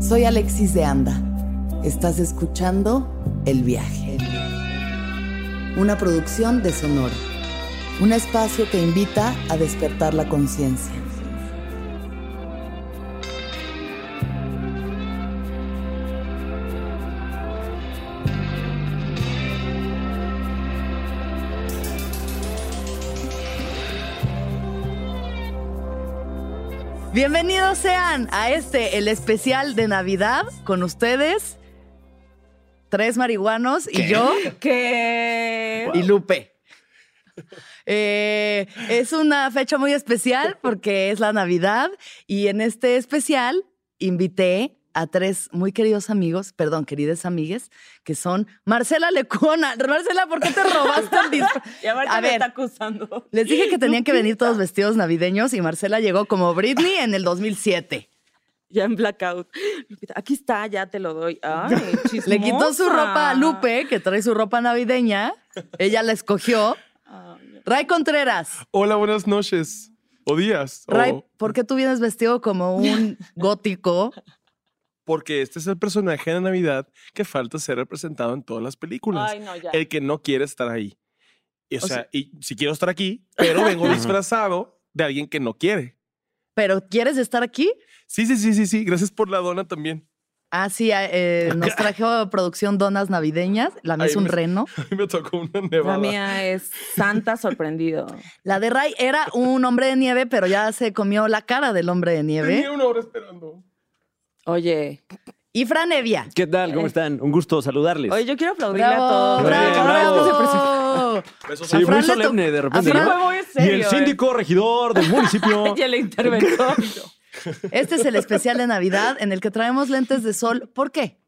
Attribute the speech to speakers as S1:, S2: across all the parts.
S1: Soy Alexis de Anda. Estás escuchando El Viaje. Una producción de Sonora. Un espacio que invita a despertar la conciencia. Bienvenidos sean a este, el especial de Navidad con ustedes, tres marihuanos y yo
S2: que
S1: y Lupe. Eh, es una fecha muy especial porque es la Navidad y en este especial invité a tres muy queridos amigos, perdón, queridas amigues, que son Marcela Lecona. Marcela, ¿por qué te robaste el disfraz?
S2: y aparte
S1: A
S2: me
S1: ver.
S2: está acusando.
S1: Les dije que tenían que venir todos vestidos navideños y Marcela llegó como Britney en el 2007.
S2: Ya en blackout. Lupita, aquí está, ya te lo doy. Ay, chismosa.
S1: Le quitó su ropa a Lupe, que trae su ropa navideña. Ella la escogió.
S2: Ay,
S1: Ray Contreras.
S3: Hola, buenas noches. O días. o-
S1: Ray, ¿por qué tú vienes vestido como un gótico?
S3: Porque este es el personaje de Navidad que falta ser representado en todas las películas.
S2: Ay, no, ya.
S3: El que no quiere estar ahí. Y, o,
S1: O
S3: sea, y si quiero estar aquí, pero vengo disfrazado de alguien que no quiere.
S1: ¿Pero quieres estar aquí?
S3: Sí, sí, sí, sí, sí. Gracias por la dona también.
S1: Ah, sí, eh, nos trajo producción Donas Navideñas. La mía
S3: Ay,
S1: es un
S3: me-
S1: reno.
S3: A mí me tocó una
S2: La
S3: nevada.
S2: mía ¿eh? es Santa sorprendido.
S1: La de Ray era un hombre de nieve, pero ya se comió la cara del hombre de nieve.
S3: Tenía una hora esperando.
S2: Oye,
S1: Y Fran Evia.
S4: ¿Qué tal?
S1: Eh.
S4: ¿Cómo están? Un gusto saludarles.
S2: oye, yo quiero aplaudirle a
S1: ¡Bravo!
S2: todos.
S1: ¡Bravo!
S4: Bravo.
S1: bravo.
S3: Besos
S4: Sí,
S1: A
S4: muy
S1: Fran le to-
S4: solemne de repente,
S1: a
S2: Sí,
S1: Fran- eh?
S2: fue muy
S4: y
S2: serio.
S4: el síndico regidor del municipio.
S2: ¿eh? Ya le interventó.
S1: Este es el especial de Navidad en el que traemos lentes de sol. ¿Por qué?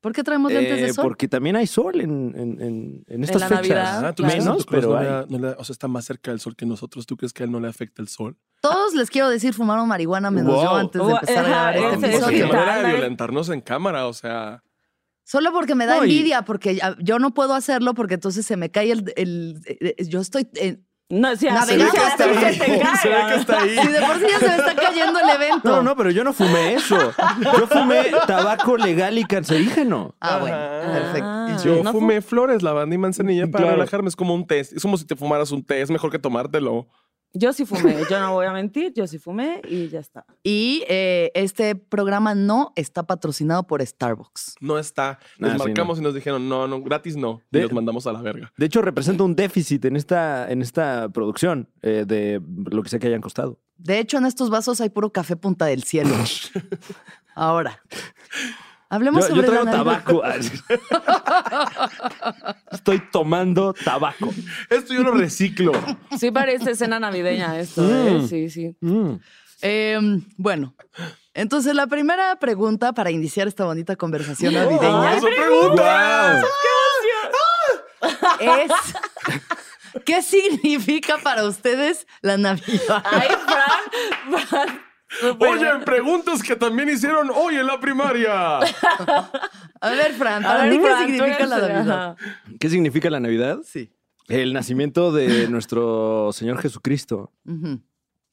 S1: ¿Por qué traemos lentes
S4: eh,
S1: de sol?
S4: porque también hay sol en, en- en- en estas
S2: la
S4: fechas.
S2: Navidad,
S3: Ah, ¿tú crees
S2: claro.
S3: que
S4: Menos,
S3: Santa Claus
S4: pero
S3: no
S4: hay.
S3: le da- no le da- o sea, está más cerca del sol que nosotros. ¿Tú crees que a él no le afecta el sol?
S1: Todos les quiero decir fumaron marihuana menos
S4: Wow.
S1: yo antes de
S2: Wow,
S1: empezar a
S2: ajá,
S1: grabar
S2: ese-
S1: este
S3: O sea,
S2: ese
S3: qué
S1: episodio.
S2: está-
S3: manera de
S2: Dale.
S3: violentarnos en cámara, o sea.
S1: Solo porque me da
S4: No, y-
S1: envidia, porque ya- yo no puedo hacerlo porque entonces se me cae el... el- eh, eh, yo estoy... eh,
S2: No, sí, así
S1: Navegando
S2: que
S1: hasta
S2: así
S1: ahí.
S2: se te
S3: Se ve
S2: cae.
S3: que está ahí.
S1: si de por sí ya se me está cayendo el evento.
S4: No, no, pero yo no fumé eso. Yo fumé tabaco legal y cancerígeno.
S1: Ah, bueno,
S3: Ajá.
S1: perfecto.
S3: Y yo
S2: Ah, no
S3: fumé flores, lavanda y manzanilla para
S4: Claro.
S3: relajarme. Es como un test. Es como si te fumaras un té. Es mejor que tomártelo.
S2: Yo sí fumé, yo no voy a mentir, yo sí fumé y ya está.
S1: Y eh, este programa no está patrocinado por Starbucks.
S3: No está.
S4: Ah,
S3: Nos
S4: sí,
S3: marcamos y nos dijeron, no, no, gratis no. Y
S4: De-
S3: los mandamos a la verga.
S4: De hecho, representa un déficit en esta, en esta producción eh, de lo que sea que hayan costado.
S1: De hecho, en estos vasos hay puro café punta del cielo. Ahora, hablemos
S4: Yo, yo
S1: sobre la
S4: traigo
S1: Navidad.
S4: tabaco. Estoy tomando tabaco.
S3: Esto yo lo reciclo.
S2: Sí parece escena navideña esto, ¿eh? Sí, sí.
S4: Mm.
S1: Em, bueno, entonces la primera pregunta para iniciar esta bonita conversación
S3: ¡Ah,
S1: navideña
S3: son preguntas!
S1: es ¿qué significa para ustedes la Navidad?
S2: Ay, Fran, Fran. súper-
S3: Oye, preguntas que también hicieron hoy en la primaria.
S1: A ver, Fran,
S2: A
S1: ¿para
S2: ver,
S1: ti qué
S2: Fran, tú
S1: significa
S2: eres-
S1: la Navidad?
S2: ajá.
S4: ¿Qué significa la Navidad?
S1: Sí.
S4: El nacimiento de nuestro Señor Jesucristo.
S1: Ujú.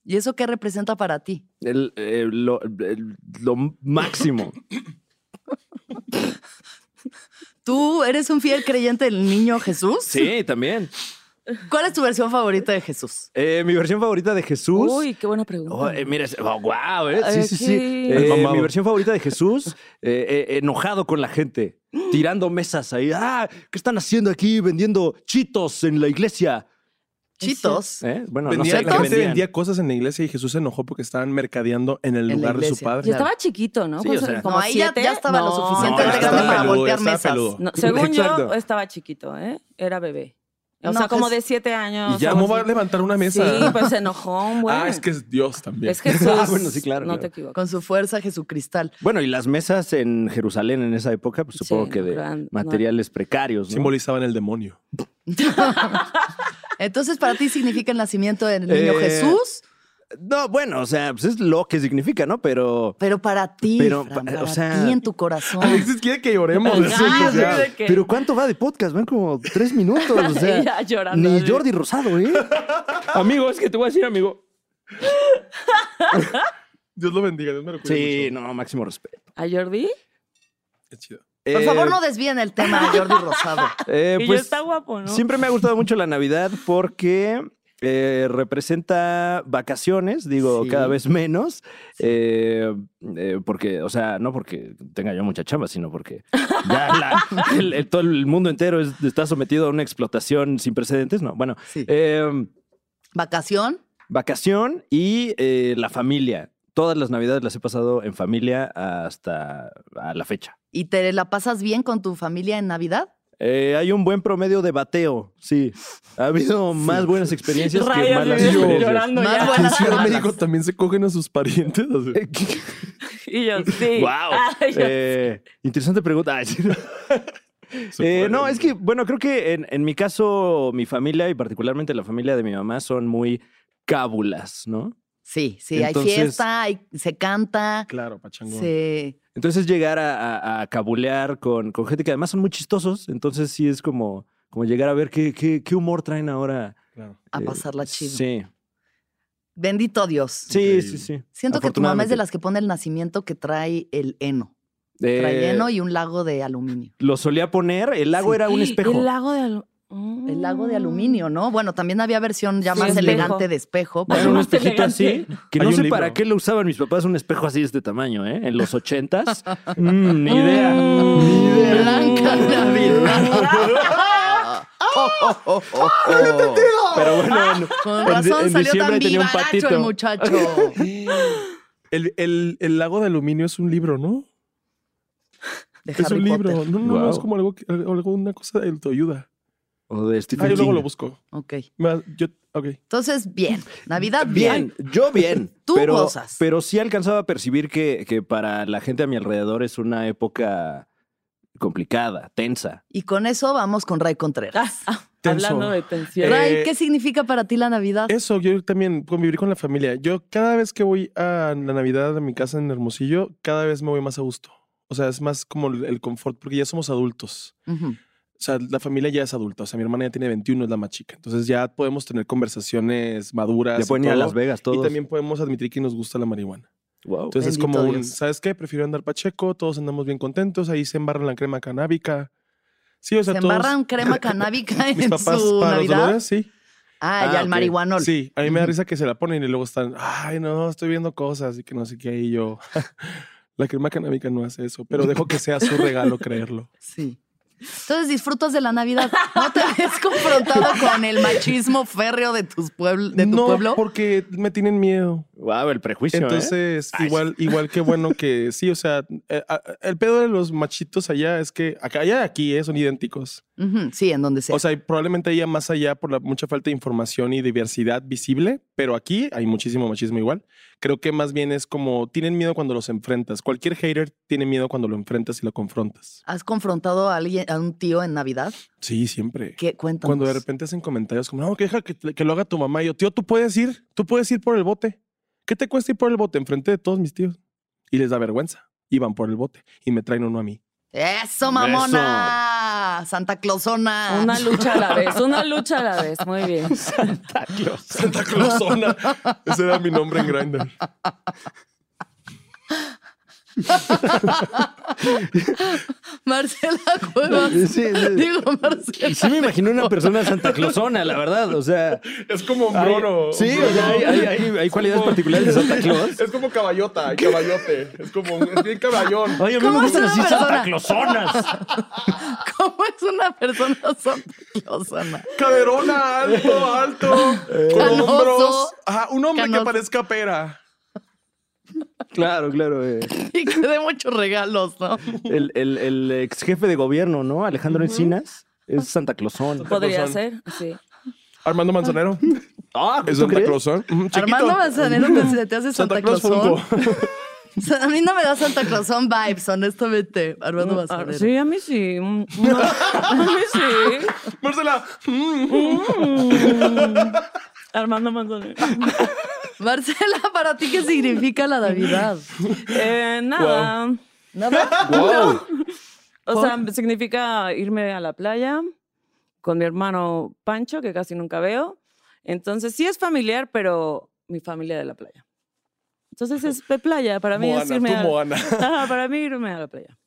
S1: ¿Y eso qué representa para ti?
S4: El, eh, lo, el- lo máximo.
S1: ¿Tú eres un fiel creyente del niño Jesús?
S4: Sí, también.
S1: ¿Cuál es tu versión favorita de Jesús?
S4: Eh, mi versión favorita de Jesús.
S2: Uy, qué buena pregunta.
S4: Oh, eh, mira, wow, eh.
S2: Ay,
S4: Sí, sí, sí.
S2: aquí.
S4: Eh,
S3: El mamado.
S4: mi versión favorita de Jesús, eh, eh, enojado con la gente, tirando mesas ahí. Ah, ¿qué están haciendo aquí vendiendo chitos en la iglesia?
S2: Es
S1: Chitos.
S4: Eh, Bueno,
S3: Vendía-
S4: no sé
S3: la
S4: qué
S3: gente
S4: vendían.
S3: vendía cosas en la iglesia y Jesús se enojó porque estaban mercadeando en el
S1: En la
S3: lugar de su
S1: iglesia.
S2: Yo
S3: padre.
S2: estaba chiquito, ¿no?
S4: Sí,
S2: Pues,
S4: o sea,
S2: como
S1: no, ahí ya-
S2: siete.
S1: ya estaba lo suficiente
S3: No,
S1: grande
S3: estaba
S1: para
S3: peludo,
S1: voltear
S3: estaba
S1: mesas.
S3: peludo.
S2: No, según yo,
S4: Exacto.
S2: estaba chiquito, ¿eh? Era bebé. O
S1: No,
S2: sea, como
S1: pues-
S2: de siete años.
S3: Y ya
S2: algo
S3: no va a
S2: así.
S3: levantar una mesa.
S2: Sí, pues se enojó un buen.
S3: Ah, es que es Dios también.
S2: Es Jesús.
S4: Ah, bueno, sí, claro,
S2: No
S4: claro.
S2: te equivoques.
S1: Con su fuerza jesucristal.
S4: Bueno, y las mesas en Jerusalén en esa época, pues,
S2: Sí,
S4: supongo que
S2: no
S4: de
S2: crean, no.
S4: materiales precarios. ¿no?
S3: Simbolizaban el demonio.
S1: Entonces, para ti significa el nacimiento del niño
S4: Eh,
S1: Jesús,
S4: No, bueno, o sea, pues es lo que significa, ¿no? Pero.
S1: pero para ti,
S4: pero,
S1: Fran,
S4: pa-
S1: para
S4: o sea-
S1: ti en tu corazón.
S3: Alexis quiere que lloremos. pues, de eso,
S2: Ah,
S3: o sea.
S2: sí, de que-
S4: pues, Pero ¿cuánto va de podcast? Van como tres minutos. O sea,
S2: Ella llorando,
S4: ni
S2: así.
S4: Jordi Rosado, ¿eh? amigo, es que te voy a decir, amigo.
S3: Dios lo bendiga, Dios me lo cuide
S4: Sí,
S3: mucho.
S4: no, máximo respeto.
S2: ¿A Jordi?
S3: Es chido.
S1: Por
S4: Eh,
S1: favor, no desvíen el tema de Jordi Rosado.
S4: eh,
S2: que
S4: pues,
S2: yo está guapo, ¿no?
S4: Siempre me ha gustado mucho la Navidad porque eh, representa vacaciones, digo,
S1: Sí.
S4: cada vez menos. eh, eh, porque, o sea, no porque tenga yo mucha chamba, sino porque ya la- el- el- todo el mundo entero es- está sometido a una explotación sin precedentes. No, bueno,
S1: Sí.
S4: eh,
S1: Vacación.
S4: vacación y eh, la familia. Todas las Navidades las he pasado en familia hasta a la fecha.
S1: ¿Y te la pasas bien con tu familia en Navidad?
S4: Eh, hay un buen promedio de bateo, sí. Ha habido más buenas experiencias que
S2: Rayos,
S4: malas
S2: yo
S4: experiencias.
S2: llorando
S1: Más
S2: ya.
S1: buena-
S3: En
S1: Buenas
S3: Ciudad de
S1: semanas.
S3: México también se cogen a sus parientes.
S4: Eh,
S2: Y yo, sí.
S4: ¡Wow!
S2: Ay, yo-
S4: Eh, interesante pregunta. Ay, sí. Eh, no, es que, bueno, creo que en, en mi caso, mi familia y particularmente la familia de mi mamá son muy cábulas, ¿no?
S1: Sí, sí,
S4: Entonces-
S1: hay fiesta, hay- se canta,
S3: Claro, pachangón.
S1: se...
S4: Entonces llegar a, a- a cabulear con, con gente que además son muy chistosos, entonces sí es como, como llegar a ver qué, qué, qué humor traen ahora.
S3: Claro.
S1: a
S4: eh,
S1: pasarla chido.
S4: Sí,
S1: Bendito Dios.
S4: sí, sí,
S3: Increíble.
S4: sí.
S1: Siento que tu mamá es de
S4: Afortunadamente.
S1: las que pone el nacimiento que trae el heno. Trae
S4: Eh,
S1: heno y un lago de aluminio.
S4: Lo solía poner, el lago
S1: Sí.
S4: era un espejo.
S2: El lago de aluminio.
S1: El lago
S3: Mm.
S1: de aluminio, ¿no? Bueno, también había versión ya
S2: Sí,
S1: más
S2: espejo.
S1: elegante de espejo.
S4: Era
S1: pero-
S4: un
S2: Más
S4: espejito así,
S2: elegante.
S4: que
S3: Hay
S4: no
S3: un
S4: sé
S3: libro.
S4: para qué lo usaban mis papás, un espejo así de este tamaño, ¿eh? En los ochentas. Mm, ni idea.
S2: Mm.
S4: Ni idea.
S1: Blanca Navidad. Oh,
S4: Pero bueno, en-
S1: Ah, Con
S4: en di-
S1: razón
S4: en
S1: salió
S4: diciembre
S1: tan
S4: tenía un
S1: vivaracho el
S4: patito.
S1: muchacho.
S3: El, el- el lago de aluminio es un libro, ¿no?
S1: De
S3: es
S1: Harry
S3: un libro.
S1: Potter.
S3: No, no, no,
S4: Guau.
S3: es como algo, que- algo una cosa de autoayuda.
S4: O de
S3: Ah,
S4: Stephen
S3: yo luego
S4: King.
S3: lo busco.
S1: Ok.
S3: Me- Yo, ok.
S1: Entonces, bien. Navidad, bien.
S4: Bien, yo bien.
S1: Tú
S4: pero,
S1: gozas.
S4: Pero sí alcanzaba a percibir que, que para la gente a mi alrededor es una época complicada, tensa.
S1: Y con eso vamos con Ray Contreras.
S2: Ah, ah,
S3: Tenso.
S2: Hablando de tensión.
S3: Eh,
S1: Ray, ¿qué significa para ti la Navidad?
S3: Eso, yo también convivir con la familia. Yo cada vez que voy a la Navidad a mi casa en Hermosillo, cada vez me voy más a gusto. O sea, es más como el el confort, porque ya somos adultos.
S1: Ujú.
S3: O sea, la familia ya es adulta. O sea, mi hermana ya tiene 21, es la más chica. Entonces ya podemos tener conversaciones maduras.
S4: Le
S3: y
S4: ponen a
S3: todo,
S4: Las Vegas
S3: Y
S4: todos.
S3: también podemos admitir que nos gusta la marihuana.
S4: Wow.
S3: Entonces es
S1: Bendito
S3: como un,
S1: Dios.
S3: ¿sabes qué? Prefiero andar pacheco, todos andamos bien contentos, ahí se embarran la crema canábica. Sí, o sea,
S1: ¿Se
S3: todos-
S1: embarran crema canábica
S3: mis
S1: en
S3: papás
S1: su
S3: para los
S1: Navidad?
S3: dolores, sí.
S1: Ah,
S4: Ah,
S1: ya el
S4: ok.
S1: marihuanol.
S3: Sí, a mí me da
S1: Ujú.
S3: risa que se la ponen y luego están, ay, no, estoy viendo cosas y que no sé qué. Y yo, la crema canábica no hace eso, pero dejo que sea su regalo creerlo.
S1: Sí. Entonces disfrutas de la Navidad. ¿No te ves confrontado con el machismo férreo de, tus puebl- de tu
S3: no,
S1: pueblo?
S3: porque me tienen miedo.
S4: Wow, el prejuicio. ¿eh?
S3: Entonces,
S4: Ay, sí.
S3: igual, igual que bueno que sí, o sea, eh, a- el pedo de los machitos allá es que acá, allá y aquí eh, son idénticos.
S1: Ujú, Sí, en donde sea.
S3: O sea, y probablemente haya más allá por la mucha falta de información y diversidad visible, pero aquí hay muchísimo machismo igual. Creo que más bien es como tienen miedo cuando los enfrentas. Cualquier hater tiene miedo cuando lo enfrentas y lo confrontas.
S1: ¿Has confrontado a alguien, a un tío en Navidad?
S3: Sí, siempre.
S1: ¿Qué cuéntanos?
S3: Cuando de repente hacen comentarios como, no, que deja que, te- que lo haga tu mamá. Y yo, tío, tú puedes ir, tú puedes ir por el bote. ¿Qué te cuesta ir por el bote enfrente de todos mis tíos? Y les da vergüenza. Y van por el bote y me traen uno a mí.
S1: ¡Eso, mamona! ¡Santa Clausona!
S2: Una lucha a la vez, una lucha a la vez. Muy bien.
S4: Santa Claus.
S3: Santa Clausona. Ese era mi nombre en Grindr.
S1: Marcela Cuevas.
S4: Sí, sí.
S1: Digo, Marcela.
S4: Sí me imagino una persona Santa Clausona, la verdad. O sea,
S3: Es como
S4: hay-
S3: Bruno.
S4: sí, o sea, hay, hay- hay- hay cualidades particulares de Santa Claus.
S3: Es como caballota, y caballote. Es como un- es bien caballón.
S4: Oye, a mí me
S1: ¿Cómo
S4: gustan
S1: es
S4: así
S1: una
S4: Santa
S1: persona?
S4: Clausonas.
S1: ¿Cómo es una persona Santa Clausona?
S3: Caderona, alto, alto. Con
S4: Eh.
S1: Canoso.
S3: hombros. Ajá, un hombre que
S1: Canoso.
S3: parezca pera.
S4: Claro, claro. eh.
S1: Y que dé muchos regalos, ¿no?
S4: El, el, el ex jefe de gobierno, ¿no? Alejandro Encinas. Es Santa Clausón.
S1: Pues,
S2: Podría
S3: Cosa.
S2: ser, sí.
S3: Armando Manzanero.
S4: Ah,
S3: ¿Es
S4: ¿tú
S3: Santa
S4: crees?
S3: Clausón? Ujú, Mm, chiquito.
S1: Armando Manzanero te, se te hace Santa,
S3: Santa Claus
S1: Clausón.
S3: Funko.
S1: A mí no me da Santa Clausón vibes, honestamente, Armando
S2: Ah,
S1: Manzanero.
S2: Sí, a mí sí. Mm, no. A mí sí.
S3: Marcela. mm.
S2: Armando Manzanero.
S1: Marcela, ¿para ti qué significa la Navidad?
S2: Eh, nada.
S1: ¿Nada?
S4: Wow.
S2: O sea, significa irme a la playa con mi hermano Pancho, que casi nunca veo. Entonces, sí es familiar, pero mi familia de la playa. Entonces es de playa. Para mí es
S3: Moana,
S2: irme
S3: tú
S2: a...
S3: Moana.
S2: Ajá, para mí irme a la playa.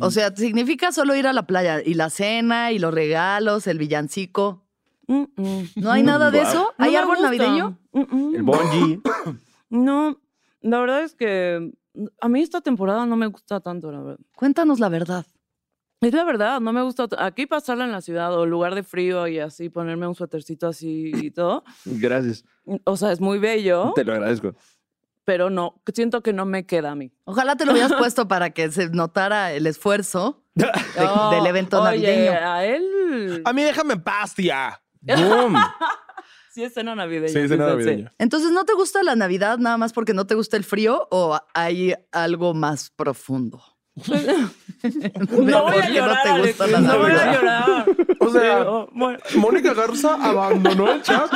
S1: O sea, significa solo ir a la playa y la cena y los regalos, el villancico.
S2: Mm, mm.
S1: ¿No hay nada de
S4: Guau.
S1: eso?
S2: No
S1: ¿Hay
S2: me
S1: árbol
S2: gusta.
S1: navideño?
S2: Mm, mm.
S4: El bungee.
S2: No, la verdad es que a mí esta temporada no me gusta tanto, la verdad.
S1: Cuéntanos la verdad.
S2: Es la verdad, no me gusta t- aquí pasarla en la ciudad o lugar de frío y así ponerme un suétercito así y todo.
S4: Gracias.
S2: O sea, es muy bello,
S4: Te lo agradezco.
S2: pero no, siento que no me queda a mí.
S1: Ojalá te lo hubieras puesto para que se notara el esfuerzo de-
S2: No,
S1: del evento
S2: Oh, oye,
S1: navideño.
S2: a él
S3: A mí déjame en paz, tía.
S4: ¡Boom!
S2: sí es cena navideña.
S3: Sí, dice
S2: sí, sí.
S3: navideño.
S1: Entonces, ¿no te gusta la Navidad nada más porque no te gusta el frío o hay algo más profundo?
S2: No voy a
S1: Porque
S2: llorar,
S1: no te
S2: Alex,
S1: gusta la
S2: no voy a
S1: Navidad.
S2: llorar.
S3: O sea,
S2: Sí, oh, bueno.
S3: Mónica Garza abandonó el chat.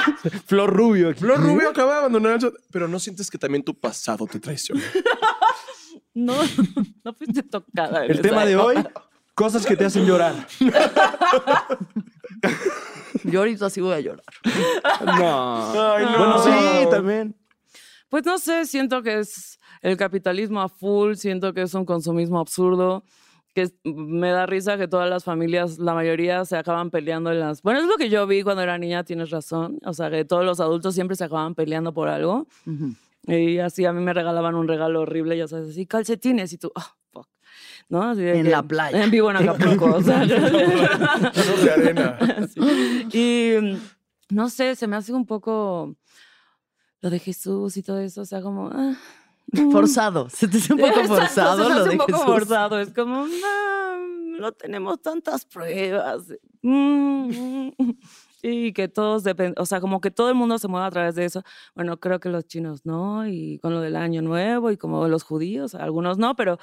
S4: Flor Rubio.
S3: Flor Rubio acaba de abandonar el chat. Pero no sientes que también tu pasado te traicionó.
S2: No, no fuiste tocada. en
S4: El
S2: esa
S4: tema de
S2: época.
S4: hoy, cosas que te hacen llorar.
S1: Yo ahorita sí voy a llorar.
S4: No.
S3: Ay, no.
S4: Bueno, sí, también.
S2: Pues no sé, siento que es el capitalismo a full, siento que es un consumismo absurdo, que es- me da risa que todas las familias, la mayoría, se acaban peleando en las... Bueno, es lo que yo vi cuando era niña, tienes razón, o sea, que todos los adultos siempre se acaban peleando por algo. Y así a mí me regalaban un regalo horrible, ya sabes, así calcetines y tú, ah, fuck. ¿No? Así de
S1: En la playa.
S2: En vivo en Acapulco. o sea,
S3: Manos de arena.
S2: Sí. Y mm, no sé, se me hace un poco lo de Jesús y todo eso, o sea, como... ah, mm.
S1: Forzado. Se te hace un poco
S2: Exacto,
S1: forzado
S2: se me
S1: lo
S2: hace
S1: de
S2: un poco
S1: Jesús.
S2: forzado, es como, no, no tenemos tantas pruebas. Mm, mm. Y que todos dependen, o sea, como que todo el mundo se mueve a través de eso. Bueno, creo que los chinos no, y con lo del año nuevo, y como los judíos, algunos no, pero,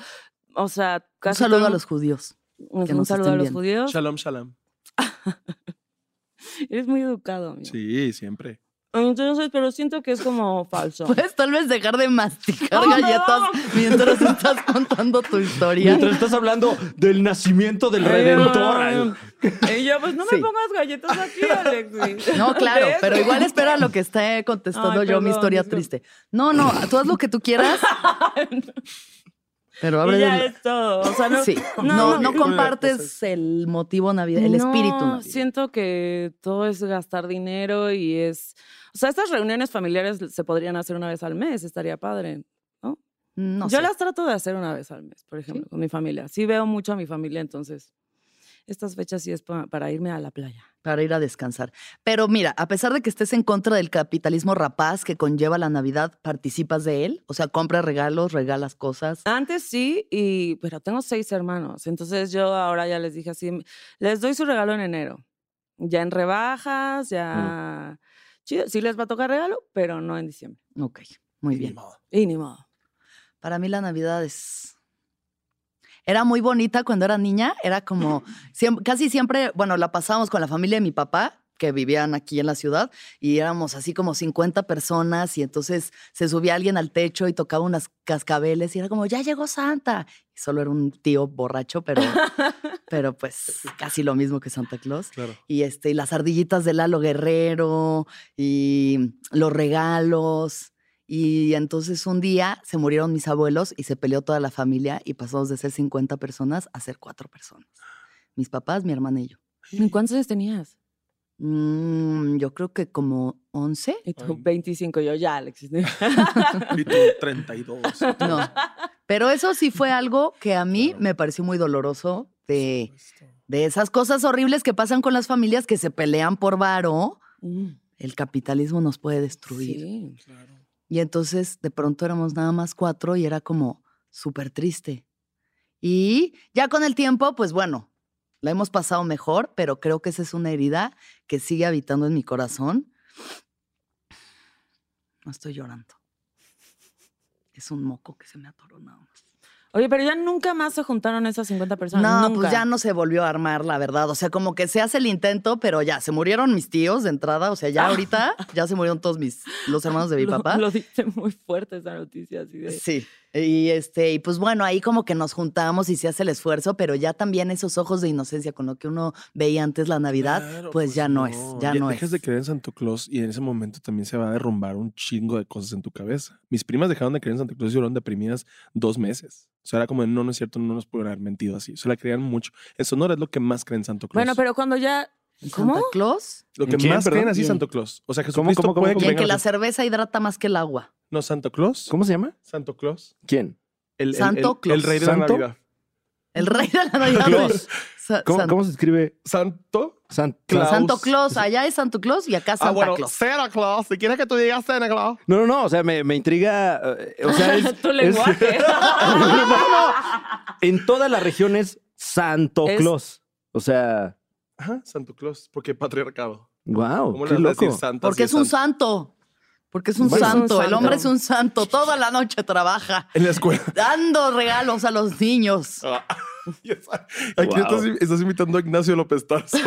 S2: o sea,
S1: Un
S2: casi
S1: saludo
S2: todo-
S1: a los judíos. que
S2: un
S1: nos
S2: saludo
S1: estén
S2: a los
S1: viendo.
S2: judíos.
S3: Shalom, shalom.
S2: Eres muy educado, amigo.
S3: Sí, siempre.
S2: Entonces, pero siento que es como falso.
S1: Puedes tal vez dejar de masticar
S2: ¡Oh, me
S1: galletas
S2: va!
S1: mientras estás contando tu historia.
S4: Mientras estás hablando del nacimiento del
S2: Ay,
S4: Redentor.
S2: ay. Y yo, pues no
S1: Sí.
S2: me pongas galletas aquí, Alexis.
S1: No, claro,
S2: ¿Ves?
S1: pero igual espera lo que esté contestando
S2: Ay,
S1: yo mi
S2: perdón,
S1: historia
S2: disculpa.
S1: triste. No, no, tú haz lo que tú quieras. Pero abre
S2: Y ya
S1: de...
S2: es todo. O sea, no,
S1: Sí, no, no,
S3: no.
S1: compartes el motivo navideño, el espíritu
S2: No,
S1: navideño.
S2: Siento que todo es gastar dinero y es. O sea, estas reuniones familiares se podrían hacer una vez al mes, estaría padre.
S1: No
S2: Yo
S1: sé.
S2: las trato de hacer una vez al mes, por ejemplo, con mi familia. Sí veo mucho a mi familia, entonces. Estas fechas sí es pa- para irme a la playa.
S1: para ir a descansar. Pero mira, a pesar de que estés en contra del capitalismo rapaz que conlleva la Navidad, participas de él, o sea, compras regalos, regalas cosas.
S2: Antes sí, y, pero tengo seis hermanos. Entonces yo ahora ya les dije así, "M- les doy su regalo en enero. Ya en
S1: Mm.
S2: rebajas, ya... Chido, sí les va a tocar regalo, pero no en diciembre.
S1: Ok, muy bien.
S2: Y ni modo.
S1: Para mí la Navidad es... Era muy bonita cuando era niña, era como, siem- casi siempre, bueno, la pasábamos con la familia de mi papá, que vivían aquí en la ciudad, y éramos así como 50 personas, y entonces se subía alguien al techo y tocaba unas cascabeles, y era como, ya llegó Santa. Y solo era un tío borracho, pero, pero pues casi lo mismo que Santa Claus
S3: Claro.
S1: y este, y las ardillitas de Lalo Guerrero y los regalos. Y entonces un día se murieron mis abuelos y se peleó toda la familia y pasamos de ser 50 personas a ser cuatro personas. Mis papás, mi hermana y yo.
S2: ¿Y ¿Cuántos años tenías?
S1: Mm, yo creo que como 11.
S2: Y tú,
S3: Ay.
S2: 25, yo ya, Alexis.
S3: Y tú, 32.
S1: No. Pero eso sí fue algo que a mí me pareció muy doloroso
S3: Eh,
S1: de, de esas cosas horribles que pasan con las familias que se pelean por varo.
S2: Mm,
S1: El capitalismo nos puede destruir.
S2: sí.
S1: Y entonces de pronto éramos nada más cuatro y era como súper triste. Y ya con el tiempo, pues bueno, la hemos pasado mejor, pero creo que esa es una herida que sigue habitando en mi corazón. No estoy llorando. Es un moco que se me atoró nada más.
S2: Oye, pero ya nunca más se juntaron esas 50 personas.
S1: No,
S2: nunca.
S1: pues ya no se volvió a armar, la verdad. O sea, como que se hace el intento, pero ya, se murieron mis tíos de entrada. O sea, ya ahorita ya se murieron todos mis, los hermanos de mi
S2: Lo-
S1: papá.
S2: Lo, dice muy fuerte esa noticia. Así de,
S1: Sí, Y este, y pues bueno, ahí como que nos juntamos y se hace el esfuerzo, pero ya también esos ojos de inocencia con lo que uno veía antes la Navidad,
S3: Claro,
S1: pues, ya no, es, ya no
S3: dejas
S1: es.
S3: de creer en Santa Claus y en ese momento también se va a derrumbar un chingo de cosas en tu cabeza. Mis primas dejaron de creer en Santa Claus y fueron deprimidas dos meses. O sea, era como, de, no, no es cierto, no nos pueden haber mentido así. O sea, la creían mucho. En Sonora es lo que más creen en Santa Claus.
S2: Bueno, pero cuando ya. ¿Cómo?
S1: ¿Santa Claus?
S3: Lo que
S4: ¿En quién,
S3: más creen
S4: perdón?
S3: así
S4: ¿Y en-
S3: Santo Claus. O sea,
S4: ¿Cómo,
S3: Jesucristo
S4: cómo, cómo,
S3: puede
S4: cómo?
S1: Y
S3: que
S1: en
S3: Pues, venga
S1: que
S3: a
S1: la
S3: nosotros.
S1: cerveza hidrata más que el agua.
S3: No, Santo Claus.
S4: ¿Cómo se llama?
S3: Santo Claus.
S4: ¿Quién?
S3: El, el- el-
S1: Santo
S3: el
S1: Claus.
S3: rey de
S4: ¿Santo?
S3: la Navidad.
S1: El rey de la Navidad. pues,
S3: Claus.
S1: Sa-
S4: ¿Cómo,
S1: San-
S4: cómo se escribe?
S3: Santo.
S4: San-
S3: Claus.
S1: Santo Claus, allá es Santo Claus y acá Santa
S3: ah, bueno,
S1: Claus.
S3: Santa Claus. Si quieres que tú digas Santa Claus.
S4: No, no, no, o sea, me, me intriga. eh, O sea, es,
S2: tu
S4: es-
S2: lenguaje.
S4: No, no, no. En todas las regiones, Santo
S2: Es-
S4: Claus. O sea,
S3: Ajá, Santo Claus. Porque patriarcado. ¿Cómo
S4: wow,
S3: le vas
S4: qué
S3: a
S4: loco.
S3: decir Santa? si
S1: Oh, Porque es un
S3: Santa?
S1: santo. Porque es un
S4: Bueno, es un
S1: santo. El
S2: santo.
S1: hombre es un santo. Toda la noche trabaja
S3: En la escuela.
S1: dando regalos a los niños.
S3: Ah, ya sabes. Aquí
S4: Wow.
S3: estás, estás imitando a Ignacio López Tarso.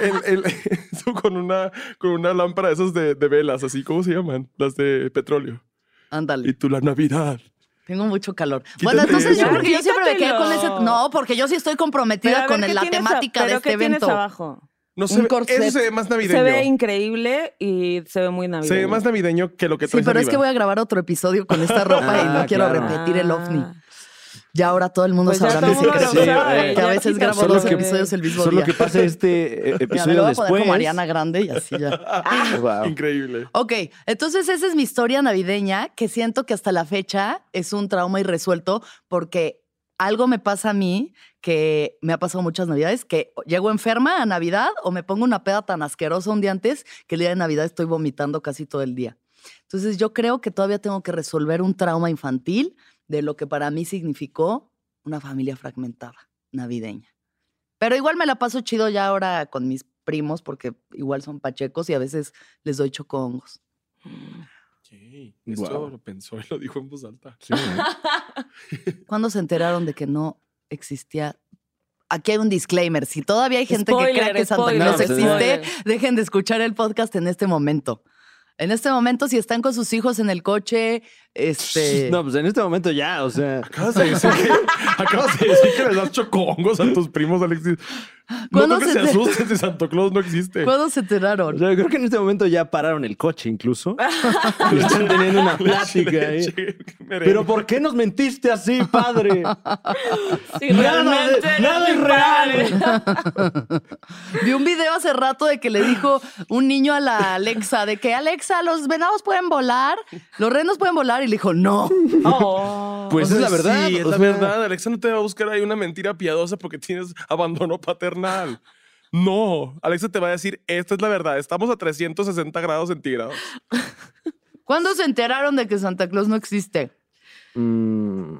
S3: El- el- eso con una, con una lámpara de esas de, de velas, así, ¿cómo se llaman? Las de petróleo. Y
S1: Ándale.
S3: tú, la Navidad.
S1: Tengo mucho calor.
S3: Quítate
S1: bueno, entonces yo,
S3: eso.
S1: porque yo siempre me quedé con ese.
S2: Quítatelo.
S1: No, porque yo sí estoy
S2: Pero a
S1: comprometida
S2: ver,
S1: con
S2: ¿qué
S1: la
S2: tienes a-
S1: temática de
S2: pero
S1: este
S2: ¿qué tienes
S1: evento.
S2: abajo?
S3: No se
S1: Un
S3: ve,
S1: corset.
S3: eso se ve más navideño.
S2: Se ve increíble y se ve muy navideño.
S3: Se ve más navideño que lo que
S1: Sí,
S3: traes
S1: pero es que
S3: arriba.
S1: voy a grabar otro episodio con esta ropa y no
S4: Ah,
S1: quiero
S4: claro.
S1: repetir el ovni.
S2: Ah.
S1: Ya ahora todo el mundo
S2: Pues ya
S1: sabrá
S2: todo
S1: mi
S2: el mundo lo
S1: secreto.
S4: sabe,
S1: que a
S2: ya
S1: veces
S2: quítate
S1: grabo
S4: eso.
S1: dos
S4: Solo que-
S1: episodios el mismo
S4: Solo
S1: día.
S4: que pase este eh,
S1: Mira, me lo voy a
S4: episodio
S1: poner
S4: después. Ah,
S1: como Ariana Grande y así ya.
S4: Wow.
S3: Ah, Increíble.
S1: Ok, entonces esa es mi historia navideña que siento que hasta la fecha es un trauma irresuelto porque algo me pasa a mí que me ha pasado muchas navidades, que llego enferma a Navidad o me pongo una peda tan asquerosa un día antes que el día de Navidad estoy vomitando casi todo el día. Entonces yo creo que todavía tengo que resolver un trauma infantil de lo que para mí significó una familia fragmentada navideña. Pero igual me la paso chido ya ahora con mis primos porque igual son pachecos y a veces les doy chocongos.
S3: Esto
S4: Wow.
S3: lo pensó y lo dijo en voz alta.
S1: ¿Cuándo se enteraron de que no existía? Aquí hay un disclaimer. Si todavía hay gente que cree
S2: Spoiler,
S1: que Santa
S2: spoiler,
S1: Claus
S4: No, pues,
S1: existe,
S2: spoiler.
S1: dejen de escuchar el podcast en este momento. En este momento, si están con sus hijos en el coche, este.
S4: No, pues en este momento ya, o sea.
S3: Acabas de decir que, acabas de decir que le das chocongos a tus primos, Alexis. No
S1: ¿Cuándo
S3: creo que se,
S1: se te-
S3: asusten si Santo Claus no existe.
S1: ¿Cuándo se
S4: O
S1: enteraron?
S4: sea, creo que en este momento ya pararon el coche incluso. Y Están teniendo una plática ahí.
S3: ¿eh?
S4: Pero ¿por qué nos mentiste así, padre?
S2: Sí,
S4: Nada de-
S2: realmente no
S4: nada es
S2: me
S4: real.
S2: vale.
S1: Vi un video hace rato de que le dijo un niño a la Alexa de que Alexa, los venados pueden volar, los renos pueden volar. Y le dijo, no.
S2: Oh.
S4: Pues es la verdad.
S3: Sí, es
S4: o
S3: la
S4: sea,
S3: verdad. Alexa no te va a buscar ahí una mentira piadosa porque tienes abandono paternal. No, Alexa te va a decir, esta es la verdad, estamos a 360 grados centígrados.
S1: ¿Cuándo se enteraron de que Santa Claus no existe?
S4: mm,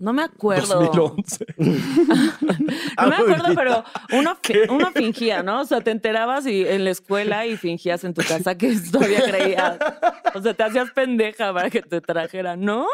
S2: No me acuerdo.
S3: 2011.
S2: No
S3: Ah,
S2: me acuerdo, pero uno, fi- uno fingía, ¿no? O sea, te enterabas y, en la escuela y fingías en tu casa que todavía creías. O sea, te hacías pendeja para que te trajeran, ¿no?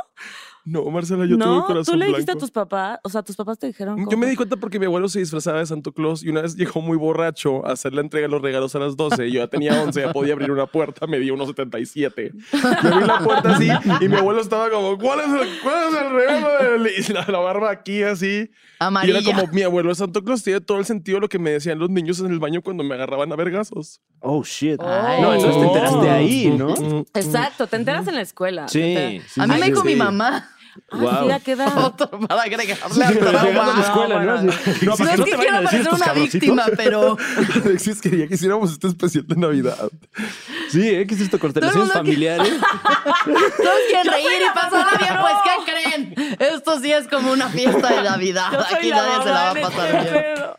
S3: No, Marcela, yo tuve el
S2: no,
S3: corazón
S2: tú le dijiste
S3: blanco.
S2: a tus papás, o sea, tus papás te dijeron.
S3: Yo
S2: cómo?
S3: me di cuenta porque mi abuelo se disfrazaba de Santo Claus y una vez llegó muy borracho a hacer la entrega de los regalos a las 12. Yo ya tenía 11, ya podía abrir una puerta, me dio unos 77. Yo abrí la puerta así y mi abuelo estaba como, ¿cuál es el, cuál es el regalo? del-?" Y la, la barba aquí así.
S1: Amarilla.
S3: Y era como, mi abuelo es Santo Claus tiene todo el sentido de lo que me decían los niños en el baño cuando me agarraban a vergazos.
S4: Oh, shit.
S1: Ay.
S4: No, entonces te enteraste ahí, ¿no?
S2: Exacto, te enteras en la escuela. te
S4: Sí.
S2: enteras.
S4: sí,
S1: a mí
S4: sí,
S1: me
S4: sí,
S1: dijo
S4: sí.
S1: mi mamá.
S2: Ah,
S4: Guau.
S2: sí, ¿a qué edad?
S1: Otro para agregarle
S4: Sí,
S1: al
S4: pero
S1: trauma.
S4: llegando a la
S2: No,
S4: escuela, ¿no?
S2: bueno.
S4: Así, no,
S1: No
S4: para
S1: es que
S4: que no te
S1: quiero
S4: vayan a decir
S1: parecer
S4: estos
S1: una
S4: cabroncitos.
S1: víctima, pero
S3: Alexis quería que hiciéramos este especial de Navidad.
S4: Sí, ¿eh? ¿Qué es esto? Constelaciones
S1: Todo el mundo
S4: familiares.
S1: todos quieren reír y pasarla bien, pues ¿qué creen? Esto sí es como una fiesta de Navidad.
S2: Yo soy
S1: Aquí
S2: la
S1: nadie se la va
S2: mamá
S1: a
S2: en este
S1: pasar bien.
S2: pedo.